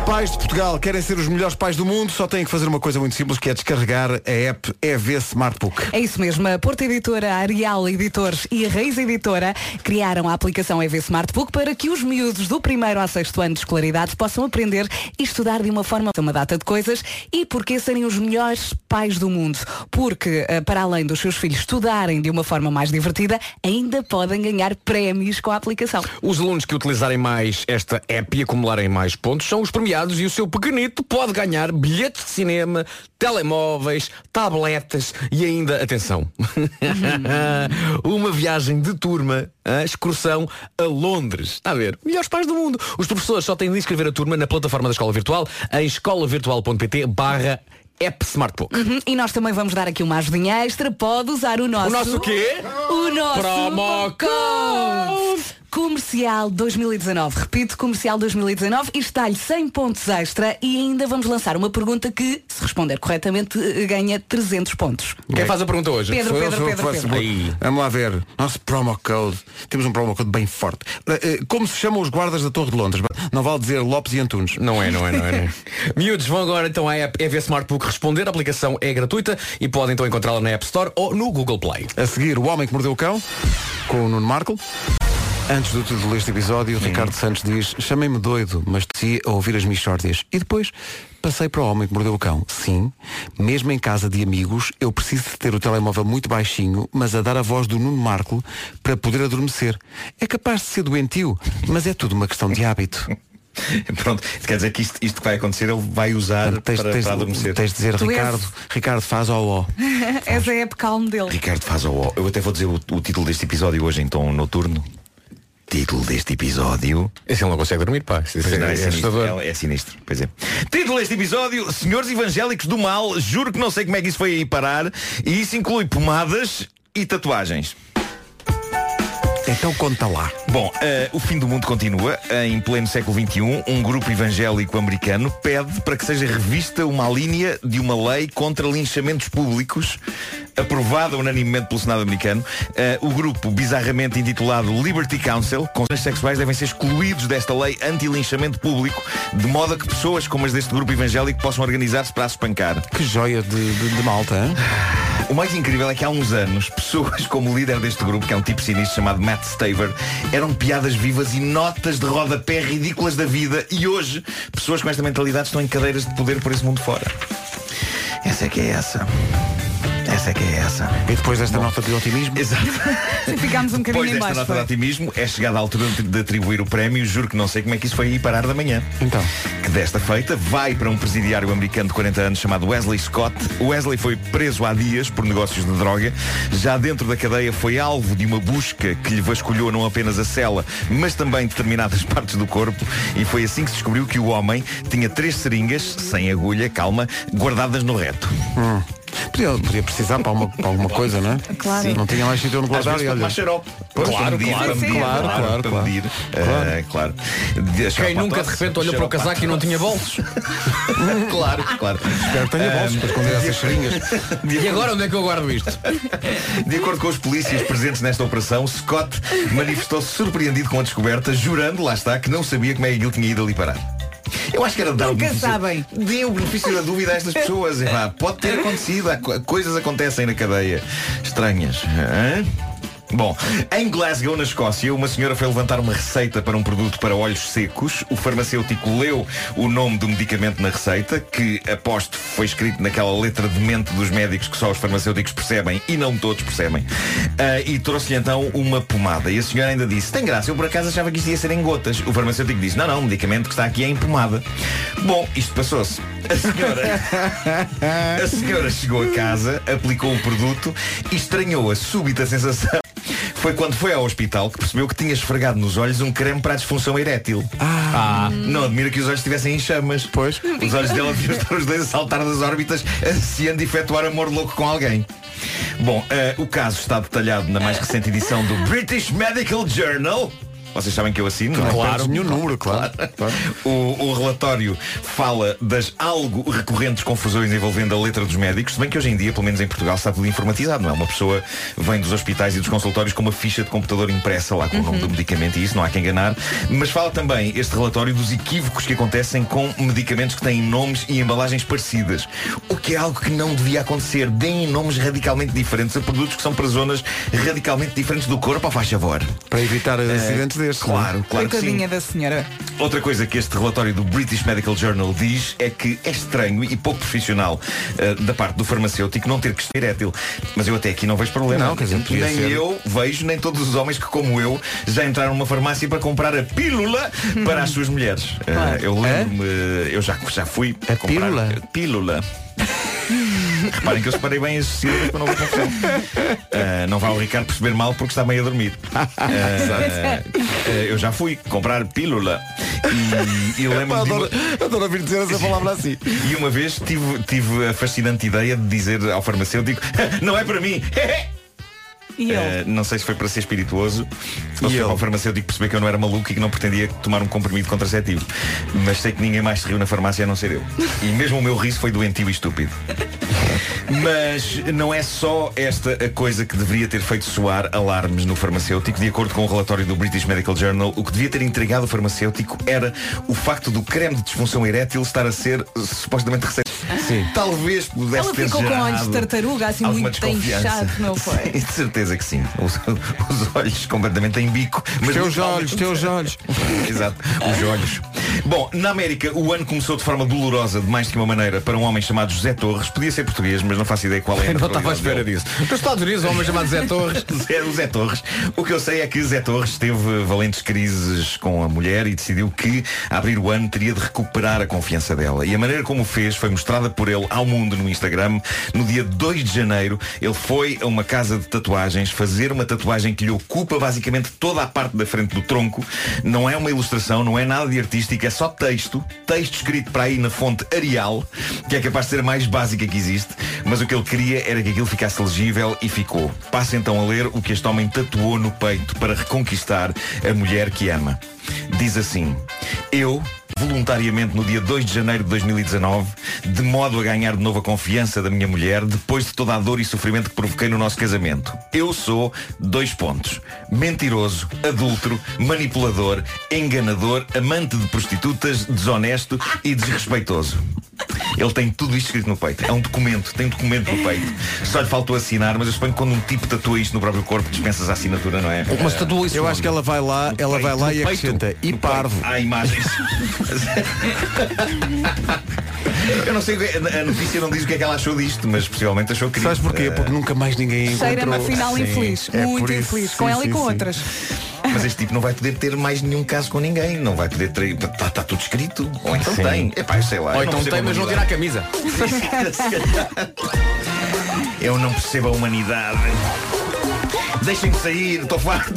Pais de Portugal querem ser os melhores pais do mundo, só têm que fazer uma coisa muito simples, que é descarregar a app EV Smartbook. É isso mesmo, a Porta Editora, a Arial Editores e a Raiz Editora criaram a aplicação EV Smartbook para que os miúdos do primeiro ao sexto ano de escolaridade possam aprender e estudar de uma forma uma data de coisas e porque serem os melhores pais do mundo. Porque, eh, para além dos seus filhos estudarem de uma forma mais divertida, ainda podem ganhar prémios com a aplicação. Os alunos que utilizarem mais esta app e acumularem mais pontos são os premiados e o seu pequenito pode ganhar bilhetes de cinema, telemóveis, tabletas e ainda, atenção, uma viagem de turma, a excursão a Londres. Está a ver? Melhores pais do mundo. Os professores só têm de inscrever a turma na plataforma da Escola Virtual em escolavirtual.pt barra app smartbook. Uhum, E nós também vamos dar aqui uma ajudinha extra. Pode usar o nosso. O nosso quê? O nosso. Promo code. Comercial 2019. Repito, comercial 2019. E está-lhe 100 pontos extra. E ainda vamos lançar uma pergunta que, se responder corretamente, eh, ganha 300 pontos. Quem faz a pergunta hoje? Pedro, Sou eu, Pedro, sou eu Pedro, que faço Pedro. boa. Vamos lá ver. Nosso promo code. Temos um promo code bem forte. Ora, eh, Como se chamam os guardas da Torre de Londres? Não vale dizer Lopes e Antunes. Não é, não é, não é. Não é. Miúdos vão agora então à app EV Smartbook responder. A aplicação é gratuita e podem então encontrá-la na App Store ou no Google Play. A seguir, O Homem que Mordeu o Cão, com o Nuno Marco. Antes do título deste episódio, Ricardo Santos diz Chamei-me doido, mas desci a ouvir as mixórdias. E depois passei para O Homem que Mordeu o Cão. Sim, mesmo em casa de amigos, eu preciso de ter o telemóvel muito baixinho, mas a dar a voz do Nuno Marco para poder adormecer. É capaz de ser doentio, mas é tudo uma questão de hábito. Pronto, quer dizer que isto, isto que vai acontecer, ele vai usar Tens, para, tens- para adormecer. tens de dizer, Tu és- Ricardo, Ricardo, faz ó ó. Essa é a app calmo dele. Ricardo faz o ó. Eu até vou dizer o, o título deste episódio hoje em tom noturno. Título deste episódio. Assim ele não consegue dormir, pá. Isso Pois é, não, é é, assustador. sinistro, é, é sinistro, pois é. Título deste episódio, Senhores Evangélicos do Mal, juro que não sei como é que isso foi aí parar, e isso inclui pomadas e tatuagens. Então conta lá. Bom, eh, o fim do mundo continua. Em pleno século XXI, um grupo evangélico americano pede para que seja revista uma linha de uma lei contra linchamentos públicos, aprovada unanimemente pelo Senado americano. Eh, o grupo, bizarramente intitulado Liberty Council, conselhos sexuais devem ser excluídos desta lei anti-linchamento público, de modo a que pessoas como as deste grupo evangélico possam organizar-se para as espancar. Que joia de, de- de malta, hein? O mais incrível é que há uns anos, pessoas como o líder deste grupo, que é um tipo sinistro chamado Matt Staver, eram piadas vivas e notas de rodapé ridículas da vida e hoje pessoas com esta mentalidade estão em cadeiras de poder por esse mundo fora. Essa é que é essa. Essa essa é que é essa. E depois desta nota de otimismo? Exato. Sim, Ficámos um bocadinho Depois em desta baixo. nota de foi. otimismo, é chegada a altura de- de atribuir o prémio. Juro que não sei como é que isso foi aí parar da manhã. Então. Que desta feita vai para um presidiário americano de 40 anos chamado Wesley Scott. Wesley foi preso há dias por negócios de droga. Já dentro da cadeia foi alvo de uma busca que lhe vasculhou não apenas a cela, mas também determinadas partes do corpo. E foi assim que se descobriu que o homem tinha três seringas, sem agulha, calma, guardadas no reto. Hum. Podia, podia precisar para, uma- para alguma coisa, não é? Claro. Sim. Não tinha mais sítio onde Às guardar e vezes para olha. tomar xarope. Pois, para Claro, medir, claro, para medir, claro, claro, claro, claro. medir, eh, claro. De- Quem xarope à nunca de tosse, repente olhou para o xarope à casaco e não tosse. tinha bolsos? claro, claro. Espero que tenha bolsos para É. esconder essas seringas. E agora onde é que eu guardo isto? De acordo com os polícias presentes nesta operação, Scott manifestou-se surpreendido com a descoberta, jurando, lá está, que não sabia como é que ele tinha ido ali parar. Eu acho que era dar o Nunca benefício- sabem. Dê o benefício da dúvida a estas pessoas. Epá, pode ter acontecido. há co- Coisas acontecem na cadeia. Estranhas. hã? Bom, em Glasgow, na Escócia, uma senhora foi levantar uma receita para um produto para olhos secos. O farmacêutico leu o nome do medicamento na receita, que aposto foi escrito naquela letra de mente dos médicos que só os farmacêuticos percebem e não todos percebem. Ah, e trouxe-lhe então uma pomada. E a senhora ainda disse, tem graça, eu por acaso achava que isto ia ser em gotas. O farmacêutico disse, não, não, o medicamento que está aqui é em pomada. Bom, isto passou-se. A senhora. A senhora chegou a casa, aplicou o produto e estranhou a súbita sensação. Foi quando foi ao hospital que percebeu que tinha esfregado nos olhos um creme para a disfunção erétil. Ah. Não admira que os olhos estivessem em chamas. Pois. Os olhos dela deviam estar os dois a saltar das órbitas, ansiando de efetuar amor louco com alguém. Bom, eh, o caso está detalhado na mais recente edição do British Medical Journal. Vocês sabem que eu assino, não é? Claro. nenhum número, claro. O, o relatório fala das algo recorrentes confusões envolvendo a letra dos médicos, se bem que hoje em dia, pelo menos em Portugal, está tudo informatizado, não é? Uma pessoa vem dos hospitais e dos consultórios com uma ficha de computador impressa lá com o nome do medicamento e isso não há que enganar. Mas fala também este relatório dos equívocos que acontecem com medicamentos que têm nomes e embalagens parecidas. O que é algo que não devia acontecer. Deem nomes radicalmente diferentes a produtos que são para zonas radicalmente diferentes do corpo, ou faz favor. Para evitar acidentes destes. É. é? Claro, claro que sim. Coitadinha é da senhora. Outra coisa que este relatório do British Medical Journal diz é que é estranho e pouco profissional eh, da parte do farmacêutico não ter questão erétil. Mas eu até aqui não vejo problema. Não, quer dizer, podia nem ser. eu vejo, nem todos os homens que, como eu, já entraram numa farmácia para comprar a pílula para as suas mulheres. Eh, eu lembro-me, eh, eu já, já fui a comprar pílula? pílula. Reparem que eu separei bem as sílabas para não haver confusão. Eh, não vai o Ricardo perceber mal porque está meio a dormir. Eh, eh, eu já fui comprar pílula e, e lembro-me de uma- Adoro ouvir dizer essa palavra assim. e uma vez tive, tive a fascinante ideia de dizer ao farmacêutico não é para mim É, E eu? Eh, não sei se foi para ser espirituoso ou se foi para o farmacêutico perceber que eu não era maluco e que não pretendia tomar um comprimido contraceptivo mas sei que ninguém mais se riu na farmácia a não ser eu e mesmo o meu riso foi doentio e estúpido mas não é só esta a coisa que deveria ter feito soar alarmes no farmacêutico. De acordo com o relatório do British Medical Journal, o que devia ter intrigado o farmacêutico era o facto do creme de disfunção erétil estar a ser eh, supostamente receitado. Talvez pudesse Ela ter ficou com gerado olhos de tartaruga, assim alguma muito inchado, não foi? Sim, de certeza que sim. Os, os olhos completamente em bico. Mas teus literalmente- olhos, teus olhos. Exato, os olhos. Bom, na América o ano começou de forma dolorosa, de mais de uma maneira, para um homem chamado José Torres. Podia ser português, mas não faço ideia qual é. a Eu não estava à nacionalidade espera dele. disso. Nos Estados Unidos, um homem chamado Zé Torres. Zé, o Zé Torres. O que eu sei é que Zé Torres teve valentes crises com a mulher e decidiu que, a abrir o ano, teria de recuperar a confiança dela. E a maneira como o fez foi mostrada por ele ao mundo no Instagram. No dia 2 de janeiro, ele foi a uma casa de tatuagens fazer uma tatuagem que lhe ocupa basicamente toda a parte da frente do tronco. Não é uma ilustração, não é nada de artístico, é só texto. Texto escrito para aí na fonte Arial, que é capaz de ser a mais básica que existe. Mas o que ele queria era que aquilo ficasse legível e ficou. Passa então a ler o que este homem tatuou no peito para reconquistar a mulher que ama. Diz assim, eu, voluntariamente no dia 2 de janeiro de 2019, de modo a ganhar de novo a confiança da minha mulher, depois de toda a dor e sofrimento que provoquei no nosso casamento. Eu sou, dois pontos, mentiroso, adúltero, manipulador, enganador, amante de prostitutas, desonesto e desrespeitoso. Ele tem tudo isto escrito no peito. É um documento, tem um documento no peito. Só lhe faltou assinar, mas eu suponho que quando um tipo tatua isto no próprio corpo, dispensas a assinatura, não Um é? Mas É. tatuou isso. Eu acho que ela vai lá, ela vai lá um e acrescenta. E parvo. Há imagens. Eu não sei, o que é- a notícia não diz o que é que ela achou disto, mas possivelmente achou que. Sabes porquê? Porque nunca mais ninguém É Cheira-me a final infeliz. é muito infeliz. com ela e com outras. Mas este tipo não vai poder ter mais nenhum caso com ninguém. Não vai poder ter. Está tudo escrito. Ou então Sim. tem. Epá, eu sei lá. Ou eu então percebo tem, mas não tira a humanidade. camisa. Eu não percebo a humanidade. Deixem-me sair, estou farto.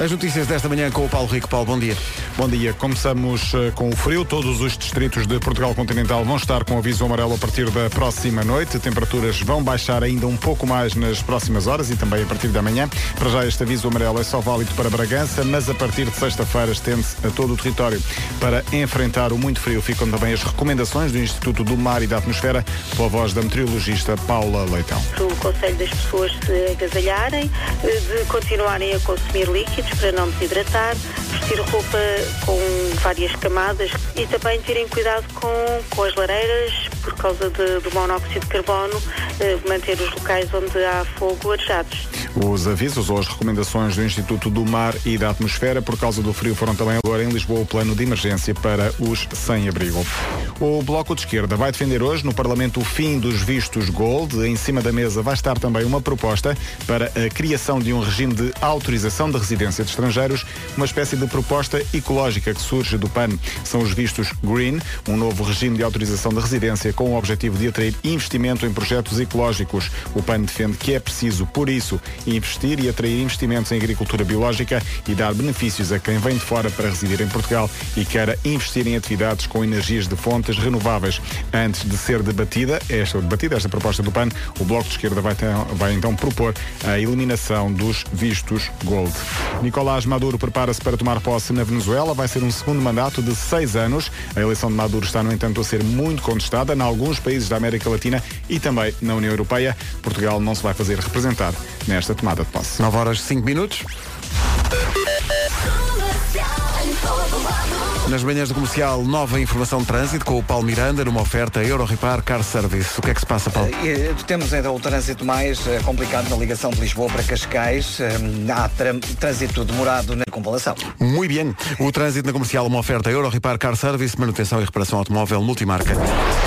é As notícias desta manhã com o Paulo Rico. Paulo, bom dia. Bom dia. Começamos eh, com o frio. Todos os distritos de Portugal Continental vão estar com aviso amarelo a partir da próxima noite. Temperaturas vão baixar ainda um pouco mais nas próximas horas e também a partir da manhã. Para já este aviso amarelo é só válido para Bragança, mas a partir de sexta-feira estende-se a todo o território. Para enfrentar o muito frio ficam também as recomendações do Instituto do Mar e da Atmosfera pela voz da meteorologista Paula Leitão. o conselho das pessoas de agasalharem, eh, de continuarem a consumir líquidos para não desidratar, vestir roupa com várias camadas e também terem cuidado com, com as lareiras por causa de- do monóxido de carbono, eh, manter os locais onde há fogo arejados. Os avisos ou as recomendações do Instituto do Mar e da Atmosfera por causa do frio foram também agora em Lisboa o plano de emergência para os sem-abrigo. O Bloco de Esquerda vai defender hoje no Parlamento o fim dos vistos Gold. Em cima da mesa vai estar também uma proposta para a criação de um regime de autorização de residência de estrangeiros, uma espécie de proposta ecológica que surge do PAN. São os vistos Green, um novo regime de autorização de residência com o objetivo de atrair investimento em projetos ecológicos. O PAN defende que é preciso, por isso, investir e atrair investimentos em agricultura biológica e dar benefícios a quem vem de fora para residir em Portugal e queira investir em atividades com energias de fontes renováveis. Antes de ser debatida esta, debatida esta proposta do PAN, o Bloco de Esquerda vai, ter- vai então propor a eliminação dos vistos Gold. Nicolás Maduro prepara-se para tomar posse na Venezuela. Vai ser um segundo mandato de seis anos. A eleição de Maduro está, no entanto, a ser muito contestada em alguns países da América Latina e também na União Europeia. Portugal não se vai fazer representar nesta tomada de posse. 9 horas 5 minutos. Nas manhãs do comercial, nova informação de trânsito com o Paulo Miranda numa oferta Euro Repar Car Service. O que é que se passa, Paulo? Eh, Temos ainda o trânsito mais eh, complicado na ligação de Lisboa para Cascais. Eh, Há tram- trânsito demorado na compalação. Muito bem. O trânsito na comercial, uma oferta Euro Repar Car Service, manutenção e reparação automóvel multimarca.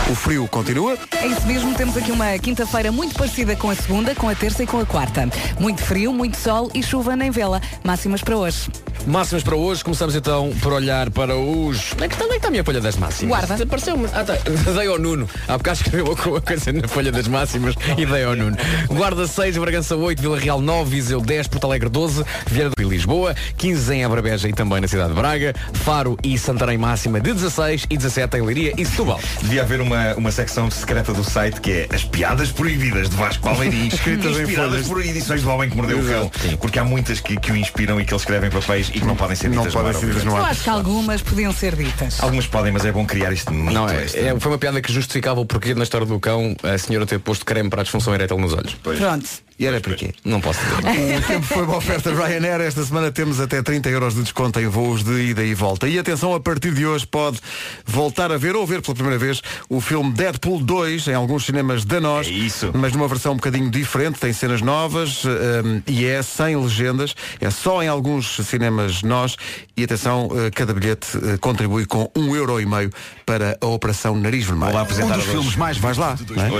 O frio continua. É isso mesmo, temos aqui uma quinta-feira muito parecida com a segunda, com a terça e com a quarta. Muito frio, muito sol e chuva nem vela. Máximas para hoje. Máximas para hoje, começamos então por olhar para os. Onde é que está, onde é que está a minha folha das máximas? Guarda. Apareceu-me. Ah, tá. Dei ao Nuno. Há bocado escreveu alguma coisa na folha das máximas e dei ao Nuno. Guarda 6, Bragança 8, Vila Real 9, Viseu 10, Porto Alegre 12, Vieira do e Lisboa, 15 em Abrabeja e também na cidade de Braga, Faro e Santarém máxima de 16 e 17 em Leiria e Setúbal. Devia haver uma, uma secção secreta do site que é as piadas proibidas de Vasco Palmeirim, Escritas em inspiradas folhas. por edições do Homem que Mordeu o Cão. Porque há muitas que, que o inspiram e que ele escreve em papéis e que não podem ser ditas no ar, obviamente. Eu acho que algumas podiam ser ditas. Algumas podem, mas é bom criar este mito. Não, é, este- é- foi uma piada que justificava o porquê na história do cão a senhora ter posto creme para a disfunção erétil nos olhos. Pronto. E era porquê? Não posso dizer. O tempo foi uma oferta Ryanair. Esta semana temos até 30 euros de desconto em voos de ida e volta. E atenção, a partir de hoje pode voltar a ver ou ver pela primeira vez o filme Deadpool 2 em alguns cinemas da É nós. isso. Mas numa versão um bocadinho diferente, tem cenas novas hum, e é sem legendas. É só em alguns cinemas nós. E atenção, eh, cada bilhete eh, contribui com um euro e meio para a Operação Nariz Vermelho. apresentar hoje. Vais lá. não é?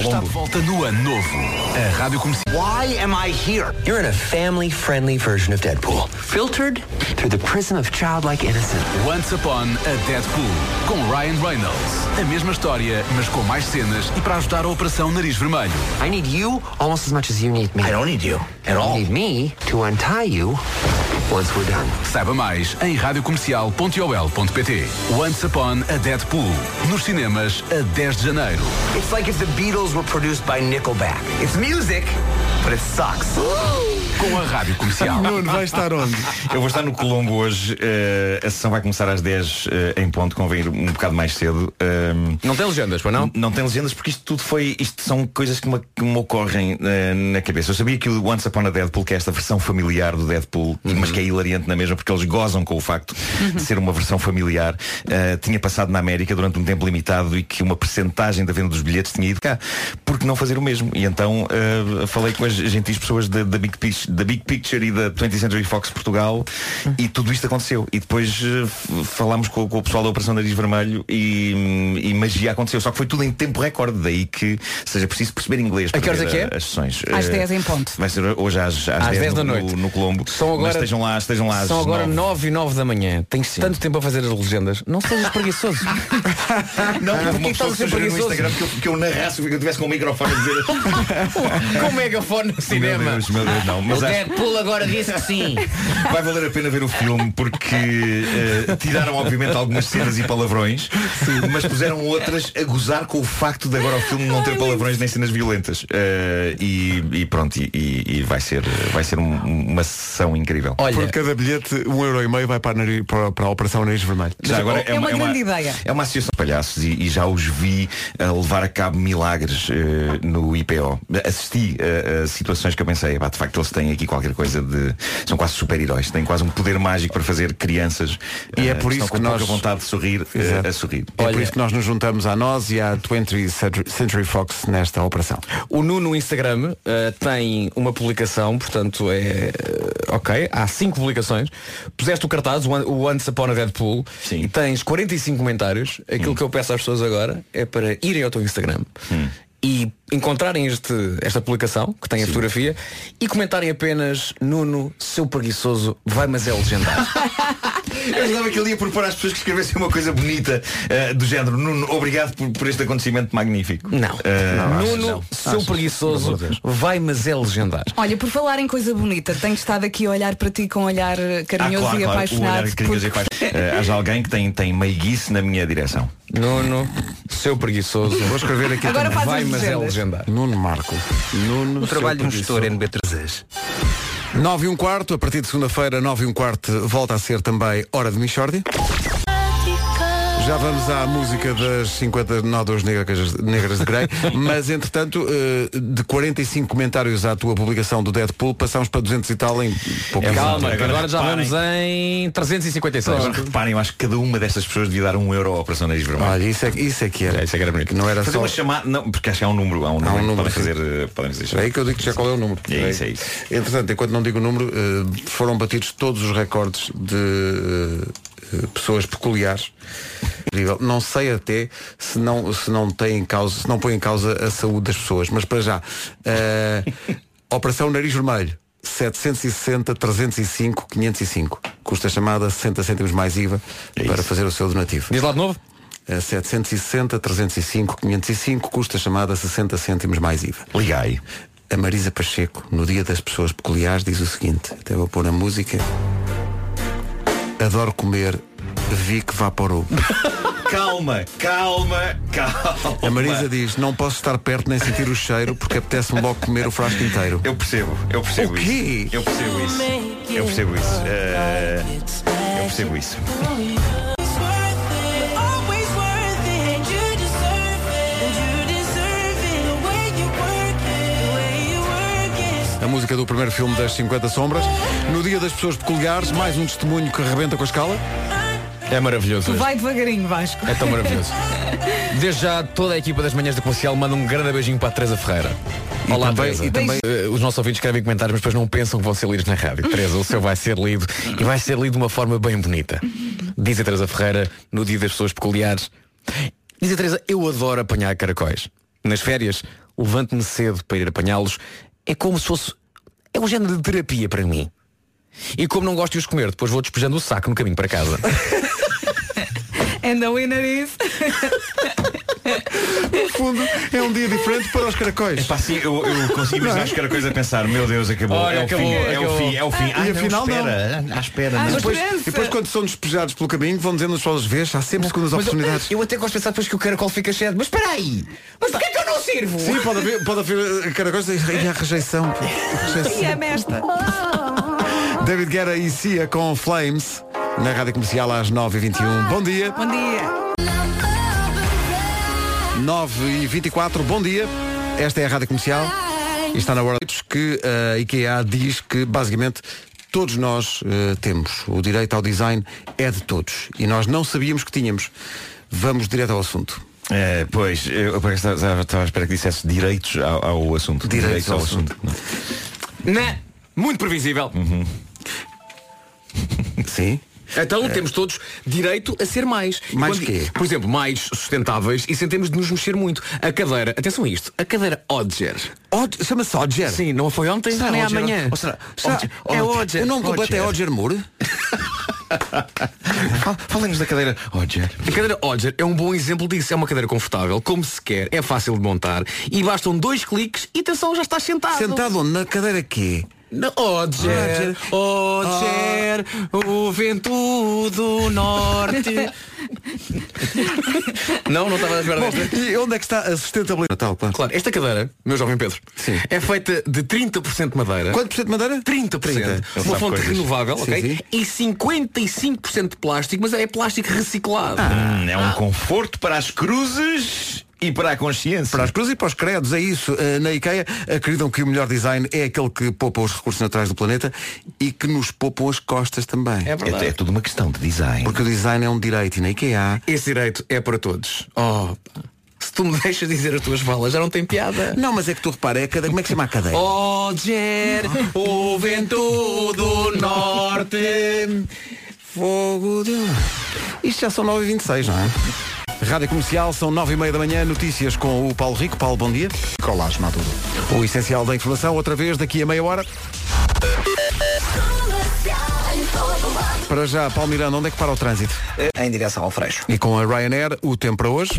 Está de volta no ano novo. A Rádio Comercial. Why am I here? You're in a family-friendly version of Deadpool, filtered through the prism of childlike innocence. Once Upon a Deadpool, com Ryan Reynolds. A mesma história, mas com mais cenas e para ajudar a Operação Nariz Vermelho. I need you almost as much as you need me. I don't need you at all. You need me to untie you once we're done. Saiba mais em radiocomercial.ol.pt Once Upon a Deadpool, nos cinemas a 10 de janeiro. It's like if the Beatles were produced by Nickelback. It's music, para Saxo. Com a rádio comercial. Nuno, vai estar onde? Eu vou estar no Colombo hoje. eh, a sessão vai começar às 10 eh, em ponto, convém ir um bocado mais cedo. Ehm, não tem legendas, para não? Não tem legendas porque isto tudo foi. Isto são coisas que me, que me ocorrem eh, na cabeça. Eu sabia que o Once Upon a Deadpool, que é esta versão familiar do Deadpool, mas que é hilariante na mesma porque eles gozam com o facto de ser uma versão familiar, eh, tinha passado na América durante um tempo limitado e que uma percentagem da venda dos bilhetes tinha ido cá. Por que não fazer o mesmo? E então eh, falei com as gentis pessoas da, da Big Pic- da Big Picture e da 20th Century Fox Portugal e tudo isto aconteceu. E depois eh, f- falámos com, com o pessoal da Operação Nariz Vermelho e, hum, e magia aconteceu. Só que foi tudo em tempo recorde, daí que seja preciso perceber inglês A que para horas é ver que é? a- as sessões. Às Eh, 10 em ponto. Vai ser hoje às, às, 10, da no- noite. No, Colombo. São agora, Mas estejam lá, estejam lá às São agora 9. 9 e 9 da manhã. Tens tanto tempo a fazer as legendas. Não sejas preguiçoso. Não, porque houve uma estás pessoa a que ser sugeriu no preguiçoso? Instagram que eu, que eu narrasse, que eu tivesse com o microfone a dizer. Com o megafone no cinema. Meu Deus, meu Deus, não. Mas o acho- Deadpool agora disse que sim. Vai valer a pena ver o filme porque eh, tiraram obviamente algumas cenas e palavrões, mas puseram outras a gozar com o facto de agora o filme não ter palavrões nem cenas violentas. Eh, e, e pronto, e, e- e vai ser, vai ser um- uma sessão incrível. Por cada bilhete, um euro e meio vai para a, nariz- para- para a Operação Nariz Vermelho. Já agora é, uma grande ideia. É uma associação de palhaços e, e já os vi a levar a cabo milagres eh, no IPO. Assisti a, a situações que eu pensei, "Epá, de facto eles têm aqui qualquer coisa de. São quase super-heróis, têm quase um poder mágico para fazer crianças E é eh, por estão isso com que pouca nós- vontade de sorrir eh, Exato. a sorrir. É por isso que nós nos juntamos à nós e à 20th Century- Century Fox nesta operação. O Nuno no Instagram eh, tem uma publicação, portanto é. eh, ok, há cinco publicações. Puseste o cartaz, o One- o Once Upon a Deadpool, e tens 45 comentários. Hum. Aquilo que eu peço às pessoas agora é para irem ao teu Instagram. E encontrarem este, esta publicação, que tem a fotografia, e comentarem apenas Nuno, seu preguiçoso, vai mas é legendário. Eu ajudava É que ele ia propor às pessoas que escrevessem uma coisa bonita eh, do género. Nuno, obrigado por, por este acontecimento magnífico. Eh, Não. Eh, Nuno, seu preguiçoso, vai mas é legendário. Olha, por falar em coisa bonita, tenho estado aqui a olhar para ti com um olhar eh, carinhoso Ah, e claro, claro, o apaixonado. olhar carinhoso e apaixonado. Eh, haja alguém que tem, tem meiguice na minha direção. Nuno, seu preguiçoso. Vou escrever aqui Agora também. faz Vai, as mas é legendas. legendário. Nuno Marco. Nuno, O trabalho de um gestor NB3 9 e um quarto, a partir de segunda-feira, 9 e um quarto, volta a ser também Hora de Michórdia. Já vamos à música das 50 nódoas negras, negras de Grey, mas entretanto, eh, de 45 comentários à tua publicação do Deadpool, passámos para 200 e tal em pouco É tempo. Calma, agora, já vamos em 356. Agora reparem, eu acho que cada uma destas pessoas devia dar um euro à Operação Nariz Vermelho. Olha, isso é, que- isso é que era. isso é que era bonito. Não era fazer só- uma chamada. Não, porque acho que há um número. Há um número, que número, podem sim. fazer. eh, Podem fazer É aí que eu digo já qual é o número. É isso, é isso. Entretanto, enquanto não digo o número, eh, foram batidos todos os recordes de eh, pessoas peculiares. Incrível. Não sei até se não, se não tem em causa, se não põe em causa a saúde das pessoas, mas para já. eh, Operação Nariz Vermelho. 760, 305, 505. Custa a chamada 60 cêntimos mais IVA É para fazer o seu donativo. Diz lá de novo? Eh, 760, 305, 505, custa a chamada 60 cêntimos mais IVA. Ligai. A Marisa Pacheco, no Dia das Pessoas Peculiares, diz o seguinte, até vou pôr a música. Adoro comer Vic Vaporub. Calma, calma, calma. A Marisa diz, não posso estar perto nem sentir o cheiro porque apetece-me logo comer o frasco inteiro. Eu percebo, eu percebo O quê? isso. Eu percebo isso. Eu percebo isso. Eh, eu percebo isso. A música do primeiro filme das 50 Sombras. No Dia das Pessoas Peculiares, mais um testemunho que arrebenta com a escala. É maravilhoso. Tu vai devagarinho, Vasco. É tão maravilhoso. Desde já toda a equipa das manhãs da comercial manda um grande beijinho para a Teresa Ferreira. Olá, também- Teresa. e também- Eh, os nossos ouvintes escrevem comentários, mas depois não pensam que vão ser lidos na rádio. Teresa, o seu vai ser lido e vai ser lido de uma forma bem bonita. Diz a Teresa Ferreira no dia das pessoas peculiares. Diz a Teresa, eu adoro apanhar caracóis. Nas férias, levanto-me cedo para ir apanhá-los. É como se fosse é um género de terapia para mim. E como não gosto de os comer, depois vou despejando o saco no caminho para casa. And the winner is. No fundo, é um dia diferente para os caracóis. É pá, sim, eu, eu consigo imaginar é? os caracóis a pensar, meu Deus, acabou, Olha, é, acabou, o fim, acabou. é o fim, é o fim, E Ah, não, afinal não. espera, à espera, E não. depois, e depois quando são despejados pelo caminho, vão dizendo as pessoas vês, há sempre segundas Mas eu- oportunidades. Eu, até gosto de pensar depois que o caracol fica cheio. de- Mas espera aí! Mas porquê é que eu não sirvo. Sim, pode haver, pode haver eh, cada coisa e a rejeição. E a mestra. David Guerra e Cia com Flames na Rádio Comercial às 9h21. Bom dia. Bom dia. 9h24, bom dia. Esta é a Rádio Comercial e está na hora que a IKEA diz que basicamente todos nós eh, temos. O direito ao design é de todos e nós não sabíamos que tínhamos. Vamos direto ao assunto. Eh, pois, eu eu estava estava à espera que dissesse direitos ao, ao assunto. Direitos ao Né? Muito previsível. Sim. Então temos todos direito a ser mais. Mais quê? Por exemplo, mais sustentáveis e sem termos de nos mexer muito. A cadeira, atenção a isto, a cadeira Odger. Chama-se Odger? Sim, não foi ontem, Será nem Odger? amanhã. Ou será- Será- Odger- É Odger. Odger. O nome completo é Odger Moore? Falem-nos da cadeira Odger. A cadeira Odger é um bom exemplo disso. É uma cadeira confortável, como se quer, é fácil de montar e bastam dois cliques e atenção, já estás sentado. Sentado onde? Na cadeira quê? Na Odger, Ah. Odger, o vento do norte. não, não estava a esperar desta. E onde é que está a sustentabilidade? Natal, claro. Claro, esta cadeira, meu jovem Pedro, é feita de 30% de madeira. Quanto por cento de madeira? 30%. Ele Uma sabe fonte coisas. renovável, Sim, ok? sim. E 55% de plástico, mas é plástico reciclado. Hum, Ah. é um conforto para as cruzes e para a consciência. Para as cruzes e para os credos, é isso. Eh, Na IKEA acreditam que o melhor design é aquele que poupa os recursos naturais do planeta e que nos poupam as costas também. É verdade. É- é tudo uma questão de design. Porque o design é um direito e na IKEA. Esse direito é para todos. Oh, pá. se tu me deixas dizer as tuas falas, já não tem piada. Não, mas é que tu repara, é a cadeira. Como é que se chama a cadeira? Odger, o vento do norte. Fogo de. Isto já são 9h26, não é? Rádio Comercial, são 9h30 da manhã, notícias com o Paulo Rico. Paulo, bom dia. Colás, tudo. O essencial da informação, outra vez, daqui a meia hora. Para já, Paulo Miranda, onde é que para o trânsito? Ah, Em direção ao Freixo. E com a Ryanair, o tempo para hoje.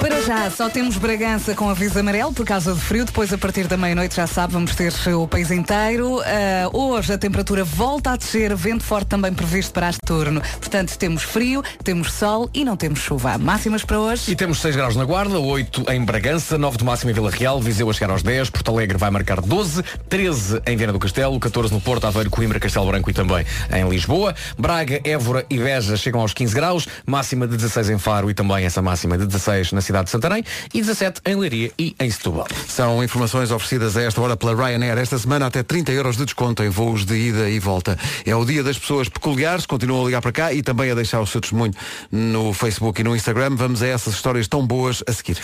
Para já, só temos Bragança com aviso amarelo por causa do frio. Depois, a partir da meia-noite, já sabe, vamos ter o país inteiro. Ah, hoje a temperatura volta a descer, vento forte também previsto para este turno. Portanto, temos frio, temos sol e não temos chuva. Máximas para hoje. E temos 6 graus na Guarda, 8 em Bragança, 9 de máximo em Vila Real, Viseu a chegar aos 10, Porto Alegre vai marcar 12, 13 em Viana do Castelo, 14 no Porto, Aveiro, Coimbra, Castelo Branco e também em Lisboa. Braga, Évora e Veja chegam aos 15 graus, máxima de 16 em Faro e também essa máxima de 16 na cidade de Santarém e 17 em Leiria e em Setúbal. São informações oferecidas a esta hora pela Ryanair. Esta semana até 30 euros de desconto em voos de ida e volta. É o dia das pessoas peculiares. Continuam a ligar para cá e também a deixar o seu testemunho no Facebook e no Instagram. Vamos a essas histórias tão boas a seguir.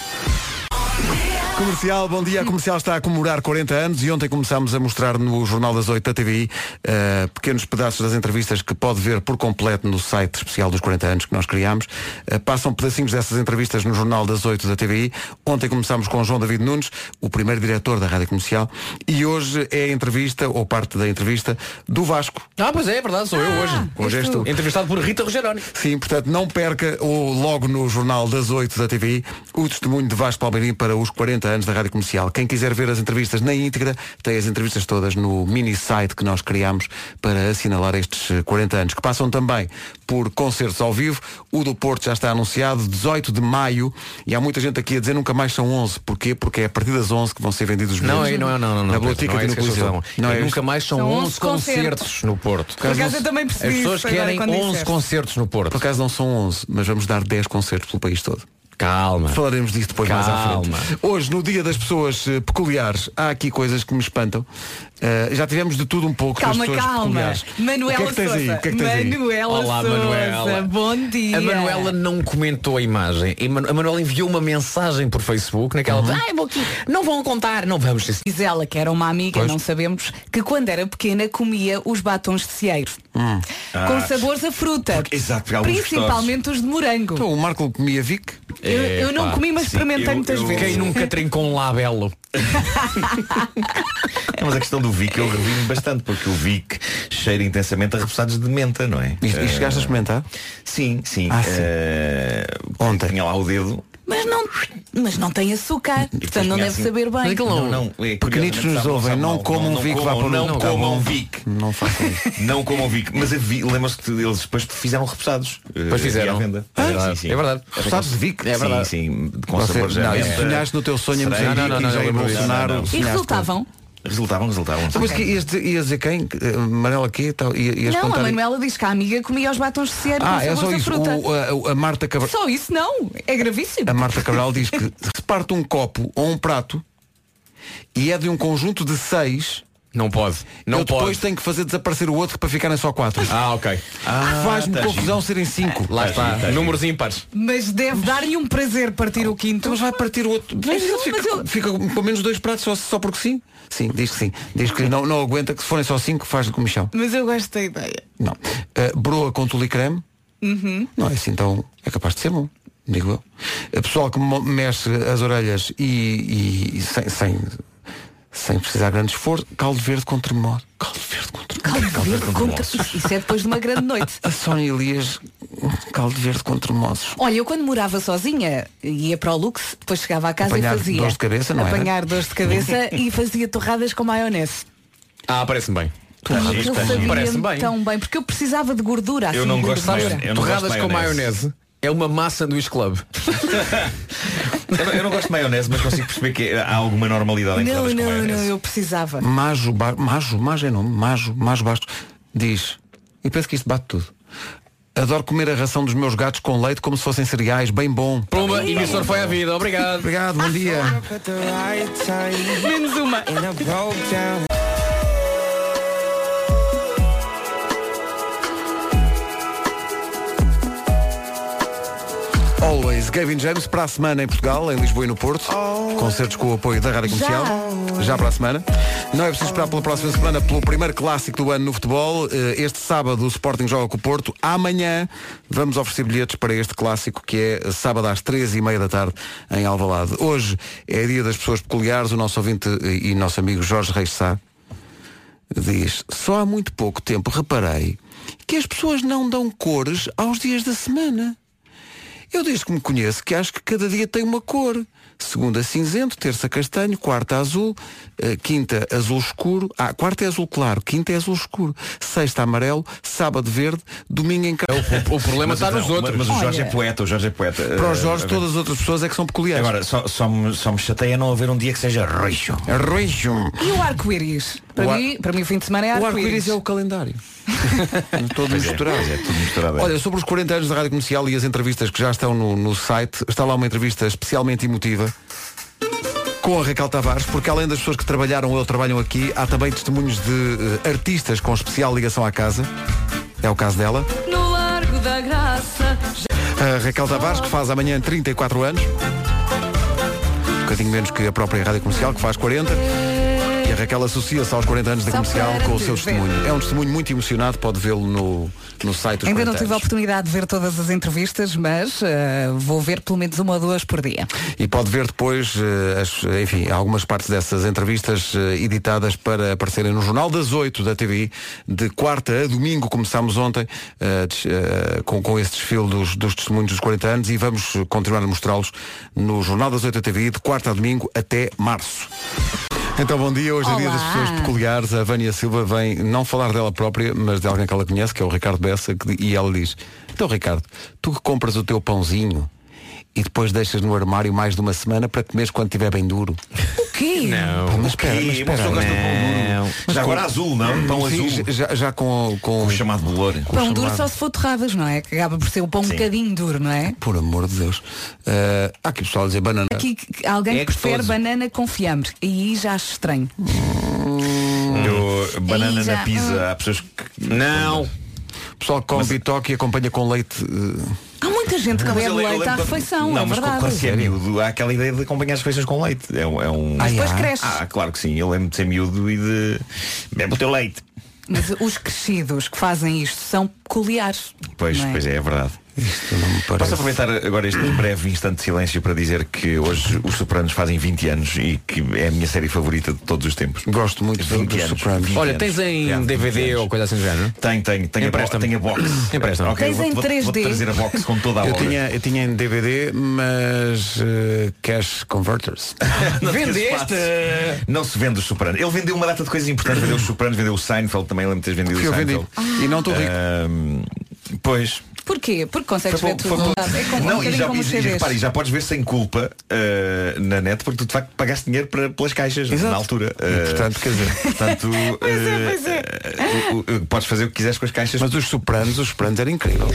Comercial, bom dia. A comercial está a comemorar 40 anos e ontem começámos a mostrar no Jornal das 8 da TVI eh, pequenos pedaços das entrevistas que pode ver por completo no site especial dos 40 anos que nós criámos. Eh, passam pedacinhos dessas entrevistas no Jornal das 8 da TVI. Ontem começámos com João David Nunes, o primeiro diretor da Rádio Comercial, e hoje é a entrevista, ou parte da entrevista, do Vasco. Ah, pois é, é verdade, sou eu hoje. Hoje és tu. Entrevistado por Rita Rogeroni. Sim, portanto, não perca o, logo no Jornal das 8 da TVI o testemunho de Vasco Palmeirim para os 40 anos da Rádio Comercial. Quem quiser ver as entrevistas na íntegra, tem as entrevistas todas no mini-site que nós criámos para assinalar estes eh, 40 anos, que passam também por concertos ao vivo. O do Porto já está anunciado, 18 de maio, e há muita gente aqui a dizer nunca mais são 11. Porquê? Porque é a partir das 11 que vão ser vendidos os Não, é, bilhetes. não, é, não, não, não. Na Pedro, Blotica não é e no isso que as pessoas Coliseu. falam. É, nunca mais são, São 11, 11 concertos. no Porto. Por acaso Por acaso não- eu também percebi As pessoas isso agora querem quando 11 disseste. concertos no Porto. Por acaso não são 11, mas vamos dar 10 concertos pelo país todo. Calma. Falaremos disso depois Calma. mais à frente. Hoje, no Dia das Pessoas eh, Peculiares, há aqui coisas que me espantam. Eh, já tivemos de tudo um pouco Calma, das pessoas calma. peculiares. Manuela o que é que tens aí? Sousa. O que é que tens aí? Manuela Sousa. Bom dia. A Manuela não comentou a imagem. E Manu- A Manuela enviou uma mensagem por Facebook naquela. Uhum. Ai, vou aqui. Não vão contar. Não vamos. dizer- Diz ela que era uma amiga, Pois. não sabemos, que quando era pequena comia os batons de cieiro. Hum. Com Ah. sabores a fruta. Exato, porque há alguns Principalmente os de morango. Então, o Marco comia Vic? Eu, É, eu não comi, mas experimentei muitas vezes. Quem nunca trincou um labelo? É, mas a questão do Vic eu revivo bastante, porque o Vic cheira intensamente a repousados de menta, não é? E, e Eh, chegaste a experimentar? Sim, sim. Ah, sim. Eh, Ontem. Tinha lá o dedo Mas não, mas não tem açúcar, portanto não assim. deve saber bem. Não, não, é, Pequenitos curiosamente, nos sabe- ouvem, sabe não mal. comam não Vic comam, vá para o Não Natal. comam Vic. Não façam isso. Não comam Vic. Mas a Vi- lembram-se que eles depois fizeram repousados. Pois fizeram. À venda. Ah, É verdade. É verdade. Repousados de Vic? É verdade. Sim, sim. Com É. Você- sabores à não, menta. sonhaste no teu sonho em Será- Moçambique e Jair lembro disso. Bolsonaro Não, não. E resultavam? Resultavam, resultavam. Então, mas que ias, di- ias dizer quem? Eh, Manela aqui e tal? Ia- Ias não, contar... a Manuela diz que a amiga comia os batons de cera Ah, com é sabores só da isso. fruta. O- a, a Marta Cabral. Só isso não, é gravíssimo. A Marta Cabral diz que se parte um copo ou um prato e é de um conjunto de seis. Não pode. Não eu depois pode. tenho que fazer desaparecer o outro para ficarem só quatro. Ah, ok. Faz-me confusão serem cinco. Lá está. Números ímpares. Mas deve dar-lhe um prazer partir o quinto. Mas Então, vai partir o outro. Mas ele fica, fica com pelo menos dois pratos só, só porque sim? Sim, diz que sim. Diz que não, não aguenta que se forem só cinco faz de comichão. Mas eu gosto da ideia. Não. Eh, broa com tule e creme. Uhum. Não é assim, então é capaz de ser bom, digo eu. A pessoal que mo- mexe as orelhas e, e- e sem, sem, sem precisar de grande esforço, caldo verde com tremor. Caldo verde com tremor. Caldo verde com tre- Isso é depois de uma grande noite. A Sónia Elias, caldo verde com tremosos. Olha, eu quando morava sozinha, ia para o Lux, depois chegava à casa Apanhar e fazia. dores de cabeça, não era? Apanhar dores de cabeça e fazia torradas com maionese. Ah, parece-me bem. Aquilo Parece-me sabia bem. tão bem, porque eu precisava de gordura, assim, gordura. Torradas com maionese. É uma massa do club. Eu não- Eu não gosto de maionese, mas consigo perceber que há alguma normalidade em Não, torradas com não, maionese. não, eu precisava. Majo, ba... Majo, Majo é nome, Majo, Majo Bastos, diz, e penso que isto bate tudo. Adoro comer a ração dos meus gatos com leite como se fossem cereais, bem bom. Pumba, emissor foi à vida. Obrigado. Obrigado, Ah, bom dia. Menos uma. Always Gavin James para a semana em Portugal, em Lisboa e no Porto. Concertos com o apoio da Rádio Comercial. Já, para a semana. Não é preciso esperar pela próxima semana pelo primeiro clássico do ano no futebol. Eh, Este sábado o Sporting joga com o Porto. Amanhã vamos oferecer bilhetes para este clássico que é sábado às três e meia da tarde em Alvalade. Hoje é dia das pessoas peculiares. O nosso ouvinte eh, e e nosso amigo Jorge Reis Sá diz só há muito pouco tempo reparei que as pessoas não dão cores aos dias da semana. Eu desde que me conheço que acho que cada dia tem uma cor. Segunda cinzento, terça castanho, quarta azul, eh, quinta azul escuro, ah, quarta é azul claro, quinta é azul escuro, sexta amarelo, sábado verde, domingo em É, casa. O, problema Mas atenção, Mas o Jorge é poeta, o Jorge é poeta. Para o Jorge, Eh, todas as outras pessoas é que são peculiares. Agora, só, só, me, só me chateia não haver um dia que seja roxo. Roxo. E o arco-íris? O Para, ar- mim, para mim o fim de semana é O arco-íris arco-íris. é o calendário. Todo Pois é, misturado. pois é, tudo misturado. Olha, sobre os 40 anos da Rádio Comercial e as entrevistas que já estão no, no site, está lá uma entrevista especialmente emotiva com a Raquel Tavares, porque além das pessoas que trabalharam ou trabalham aqui, há também testemunhos de eh, artistas com especial ligação à casa. É o caso dela. No Largo da Graça. A Raquel Tavares, que faz amanhã 34 anos. Um bocadinho menos que a própria Rádio Comercial, que faz 40. E a Raquel associa-se aos 40 anos da comercial com o seu testemunho. É um testemunho muito emocionado, pode vê-lo no, no site dos 40 Ainda não tive a anos. oportunidade de ver todas as entrevistas, mas eh, vou ver pelo menos uma ou duas por dia. E pode ver depois, eh, as- enfim, algumas partes dessas entrevistas eh, editadas para aparecerem no Jornal das 8 da TVI, de quarta a domingo, começámos ontem eh, des- eh, com, com esse desfile dos, dos testemunhos dos 40 anos e vamos eh, continuar a mostrá-los no Jornal das 8 da TVI, de quarta a domingo até março. Então bom dia, hoje é dia das pessoas peculiares, a Vânia Silva vem não falar dela própria, mas de alguém que ela conhece, que é o Ricardo Bessa, que- e ela diz, então Ricardo, tu que compras o teu pãozinho e depois deixas no armário mais de uma semana para comeres quando estiver bem duro. É O quê? Não. mas espera, mas espera. Mas É um- Já com- agora azul, não? é Pão Sim, azul. Já, já com, com... o chamado bolor. Pão duro só se for torradas, não é? Que acaba por ser o pão um bocadinho duro, não é? Por amor de Deus. Eh, há aqui pessoal a dizer banana. Aqui que- alguém É que prefere gostoso. banana com fiambre. E aí já acho estranho. Eu, banana Aí já- na pizza. Há pessoas que. Não. Pessoal que come bitoque e acompanha com leite. eh, Há muita gente que Mas é- eu bebe le- eu leite à lembro- refeição, não, é mas verdade. quando se é miúdo, há aquela ideia de acompanhar as refeições com leite. É, um- é um. Mas depois ah, cresce. Ah, claro que sim. Eu lembro de ser miúdo e de. Bebe o teu leite. Mas os crescidos que fazem isto são peculiares. Pois, não é? pois é, é verdade. Posso aproveitar agora este breve instante de silêncio para dizer que hoje os Sopranos fazem 20 anos e que é a minha série favorita de todos os tempos. Gosto muito do- dos Sopranos. Olha, tens em DVD ou coisa assim do género? Tenho, tenho. Tenho a, bo tenho a box. Empresta-me. Ok, Tens vou- em vou- vou-te 3D. trazer a box com toda a eu obra. tinha, eu tinha em DVD, mas eh, cash converters. Não se esqueça. Não se vende os Sopranos. Ele vendeu uma data de coisas importantes. Vendeu os Sopranos, vendeu o Seinfeld também. Lembro-me de teres vendido Fui eu o vendi. Seinfeld. Eh, E não estou rico. Ahm, pois. Porquê? Porque consegues Foi ver bom, tudo. foi bom. É como, um Não, e bocadinho já, como os e- e CDs. repara, e já podes ver sem culpa ah, na net, porque tu de facto pagaste dinheiro para, pelas caixas na altura. Ah, portanto, quer dizer, portanto, é, ah, ah, o- o- podes fazer o que quiseres com as caixas. Mas os Sopranos, os Sopranos era incrível.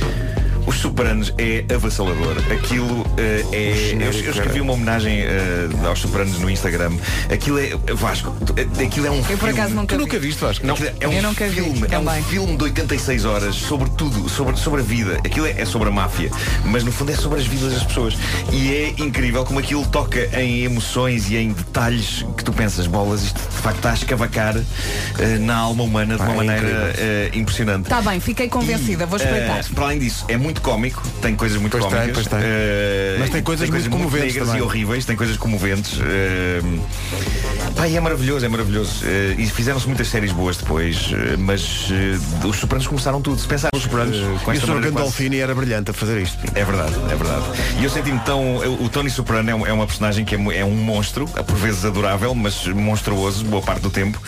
Os Sopranos é avassalador. Aquilo eh, é. Eu, eu escrevi uma homenagem eh, aos Sopranos no Instagram. Aquilo é. Vasco, eh, aquilo é um Eu por filme. acaso nunca Tu vi. nunca viste, Vasco? Não, é um Eu nunca vi filme, é um filme de 86 horas sobre tudo, sobre, sobre a vida. Aquilo é, é sobre a máfia, mas no fundo é sobre as vidas das pessoas. E é incrível como aquilo toca em emoções e em detalhes que tu pensas, bolas, isto de facto está a escavacar eh, na alma humana de uma maneira eh, impressionante. Está Tá bem, fiquei convencida, vou espreitar. Eh, para além disso, é muito cómico, tem coisas muito Pois tem, cómicas. pois tem. eh, Mas tem coisas muito comoventes negras também. e horríveis, tem coisas comoventes. eh, pá, e é maravilhoso, é maravilhoso. Eh, e fizeram-se muitas séries boas depois, eh, mas eh, os Sopranos começaram tudo. Se pensar nos Sopranos, Eh, com e o esta Sr. maneira quase- Gandolfini era brilhante a fazer isto. é verdade, é verdade. E eu senti-me tão. eu- O Tony Soprano é, um- é uma personagem que é, mu- é um monstro, por vezes adorável, mas monstruoso, boa parte do tempo.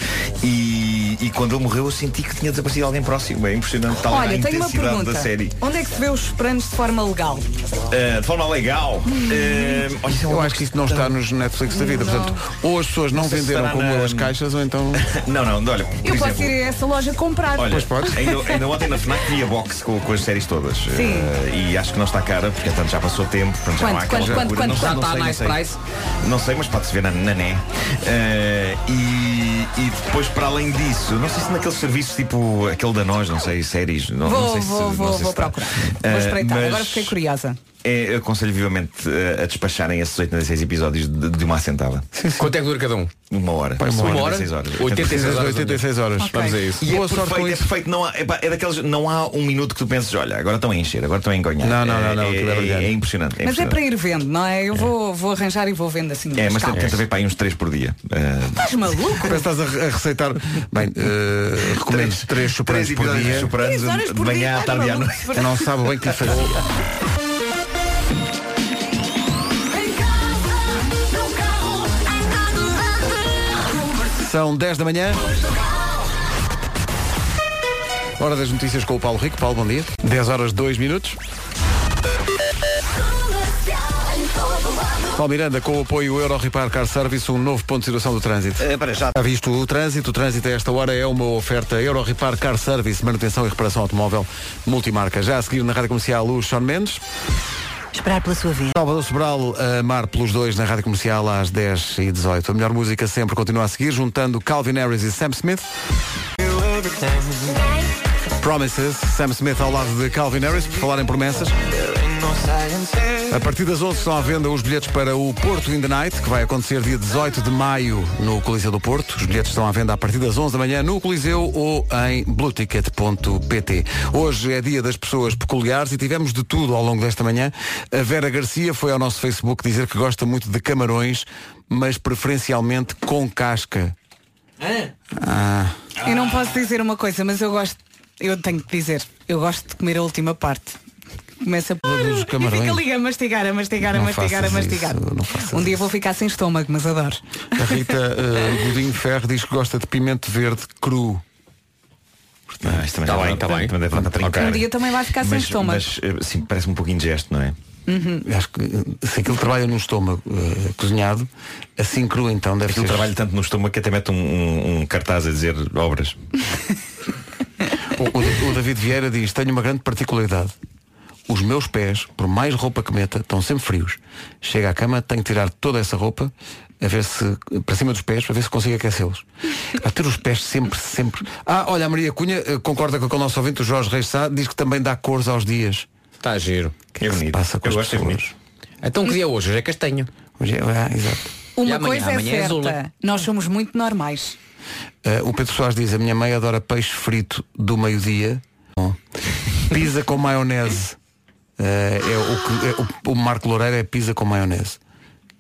E, e quando ele morreu, eu senti que tinha desaparecido alguém próximo. É impressionante, tal a Olha, tenho uma intensidade pergunta. da série. Onde é que se vê os planos de forma legal? Uh, de forma legal. Uh, olha, isso é Eu acho que isso não está nos Netflix da vida. Portanto, ou as pessoas não, Não sei se venderam estará como na- eu as caixas, ou então. Não, não, olha, Eu por posso exemplo. ir a essa loja comprar. é, Olha, ainda, ainda ontem na FNAC vi a box com, com as séries todas. Sim. Uh, e acho que não está cara, porque portanto, já passou tempo. Portanto, já não há Quanto, aquela quanto, quanto, loucura. Não quanto? sei, Já não está sei, a não nice sei. Não sei, mas pode-se ver na, na NE. Uh, e, e depois, para além disso, não sei se naqueles serviços tipo aquele da nós, não sei, séries. Não, vou, não sei se, vou, não vou, sei se vou está. procurar. Uh, Vou espreitar, mas- agora fiquei curiosa. É, eu aconselho vivamente uh, a despacharem esses 86 episódios de, de uma assentada. Quanto é que dura cada um? Uma hora. Pá, uma hora? 86 horas. 86 horas. 86 horas. Ok. Vamos a isso. E é perfeito, é perfeito. Não há, é, pá, é daqueles, não há um minuto que tu penses, olha, agora estão a encher, agora estão a engonhar. Não, não, não, não, É, aquilo é é, brilhante. é impressionante. É, Mas é para impressionante. ir vendo, não é? Eu vou, vou arranjar e vou vendo assim. É, uns mas tenta- cabos. tenta ver para aí uns 3 por dia. Uh, Estás maluco? Parece que estás a, re- a receitar. Bem, eh, recomendo três, sopranos por episódios de dia. Sopranos, Três horas de por manhã dia, tá à tarde e à maluco. noite. Eu não sabe bem o que lhe fazia. São 10 da manhã. Hora das notícias com o Paulo Rico. Paulo, bom dia. 10 horas 2 minutos. Paulo Miranda, com o apoio Euro Repar Car Service, um novo ponto de situação do trânsito. É, para já. Há visto o trânsito? O trânsito a esta hora é uma oferta Euro Repar Car Service, manutenção e reparação automóvel multimarca. Já a seguir na Rádio Comercial o Sean Mendes. Esperar pela sua vez. Salvador Sobral, a Mar pelos dois na Rádio Comercial às 10 e 18 A melhor música sempre continua a seguir, juntando Calvin Harris e Sam Smith. Promises, Sam Smith ao lado de Calvin Harris, por falar em promessas. A partir das 11 estão à venda os bilhetes para o Porto in the Night, que vai acontecer dia 18 de maio no Coliseu do Porto. Os bilhetes estão à venda a partir das 11 da manhã no Coliseu ou em blueticket.pt. Hoje é dia das pessoas peculiares e tivemos de tudo ao longo desta manhã. A Vera Garcia foi ao nosso Facebook dizer que gosta muito de camarões, mas preferencialmente com casca. Ah. Eu não posso dizer uma coisa, mas eu gosto, eu tenho que dizer, eu gosto de comer a última parte. Começa por. Dos E camarões. fica ali a mastigar, a mastigar, a Não mastigar, a faças mastigar. isso, um dia vou ficar sem estômago, mas adoro. A Rita eh, Godinho Ferro diz que gosta de pimento verde cru. Ah, isto também Tá dá- bem, tá também bem. dá vontade de trincar. Um dia também vai ficar sem Mas- estômago. Mas, eh, sim, parece um pouco indigesto, não é? Uhum. Acho que eh, se aquilo trabalha no estômago eh, cozinhado, assim cru então deve Aquilo ser. trabalho tanto no estômago que até mete um, um- um cartaz a dizer obras. O, o- o David Vieira diz, tenho uma grande particularidade. Os meus pés, por mais roupa que meta, estão sempre frios. Chega à cama, tenho que tirar toda essa roupa a ver se, para cima dos pés, para ver se consigo aquecê-los. A ter os pés sempre, sempre. Ah, olha, a Maria Cunha eh, concorda com o nosso ouvinte, o Jorge Reis Sá, diz que também dá cores aos dias. Está Tá giro. Que é bonito. Passa com Eu as gosto de pessoas. Então que dia é hoje? Hoje é castanho. Hoje é, ah, exato. Uma E amanhã? coisa Amanhã é é azul, certa, é? nós somos muito normais. Eh, o Pedro Soares diz, a minha mãe adora peixe frito do meio-dia. Bom. Pizza com Oh. maionese. eh, é o que é o, o Marco Loureiro é pizza com maionese.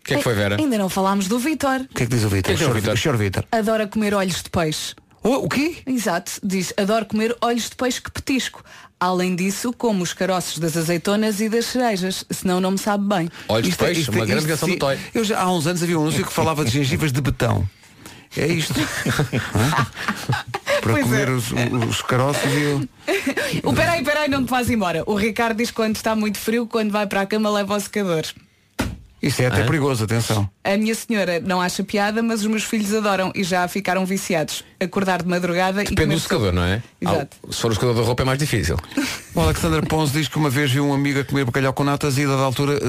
O que é que foi, Vera? Ainda não falámos do Vitor. O que é que diz o Vitor? O que é que é o Senhor- Vítor? senhor Vitor. Adora comer olhos de peixe. O, quê? Exato. Diz, adoro comer olhos de peixe que petisco. Além disso, como os caroços das azeitonas e das cerejas, senão não me sabe bem. Olhos é- de peixe, uma grande canção do Toy. Eu já, há uns anos havia um anúncio que falava de gengivas de betão. É isto. Hã? Para Pois é. comer os, os caroços e o... O peraí, peraí, não te vás embora. O Ricardo diz que quando está muito frio, quando vai para a cama, leva o secador. Isso é até Hã? perigoso, atenção. A minha senhora não acha piada, mas os meus filhos adoram e já ficaram viciados. Acordar de madrugada e Depende comer do secador, não é? Exato. Há- Se for o secador da roupa é mais difícil. O Alexandre Ponce diz que uma vez viu um amigo a comer bacalhau com natas e a dada altura eh,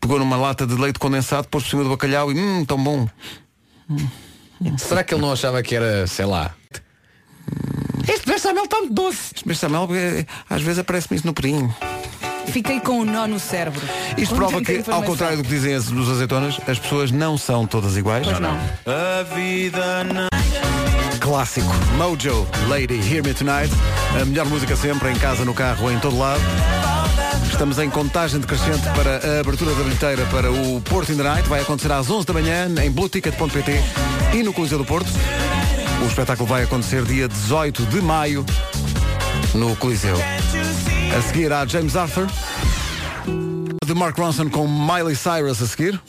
pegou numa lata de leite condensado, pôs por cima do bacalhau e hum, tão bom. Será que ele não achava que era, sei lá, Este bechamel está muito doce. Este bechamel eh, às vezes aparece-me isso no pudim. Fiquei com um nó no cérebro. Isto Com prova tanta que, ao é informação. contrário do que dizem as- dos azeitonas, as pessoas não são todas iguais. Pois não. A vida não. Clássico Mojo Lady Hear Me Tonight. A melhor música sempre, em casa, no carro, em todo lado. Estamos em contagem decrescente para a abertura da bilheteira para o Porto in the Night. Vai acontecer às 11 da manhã em blueticket.pt e no Coliseu do Porto. O espetáculo vai acontecer dia 18 de maio no Coliseu. A seguir há James Arthur, de Mark Ronson com Miley Cyrus a seguir.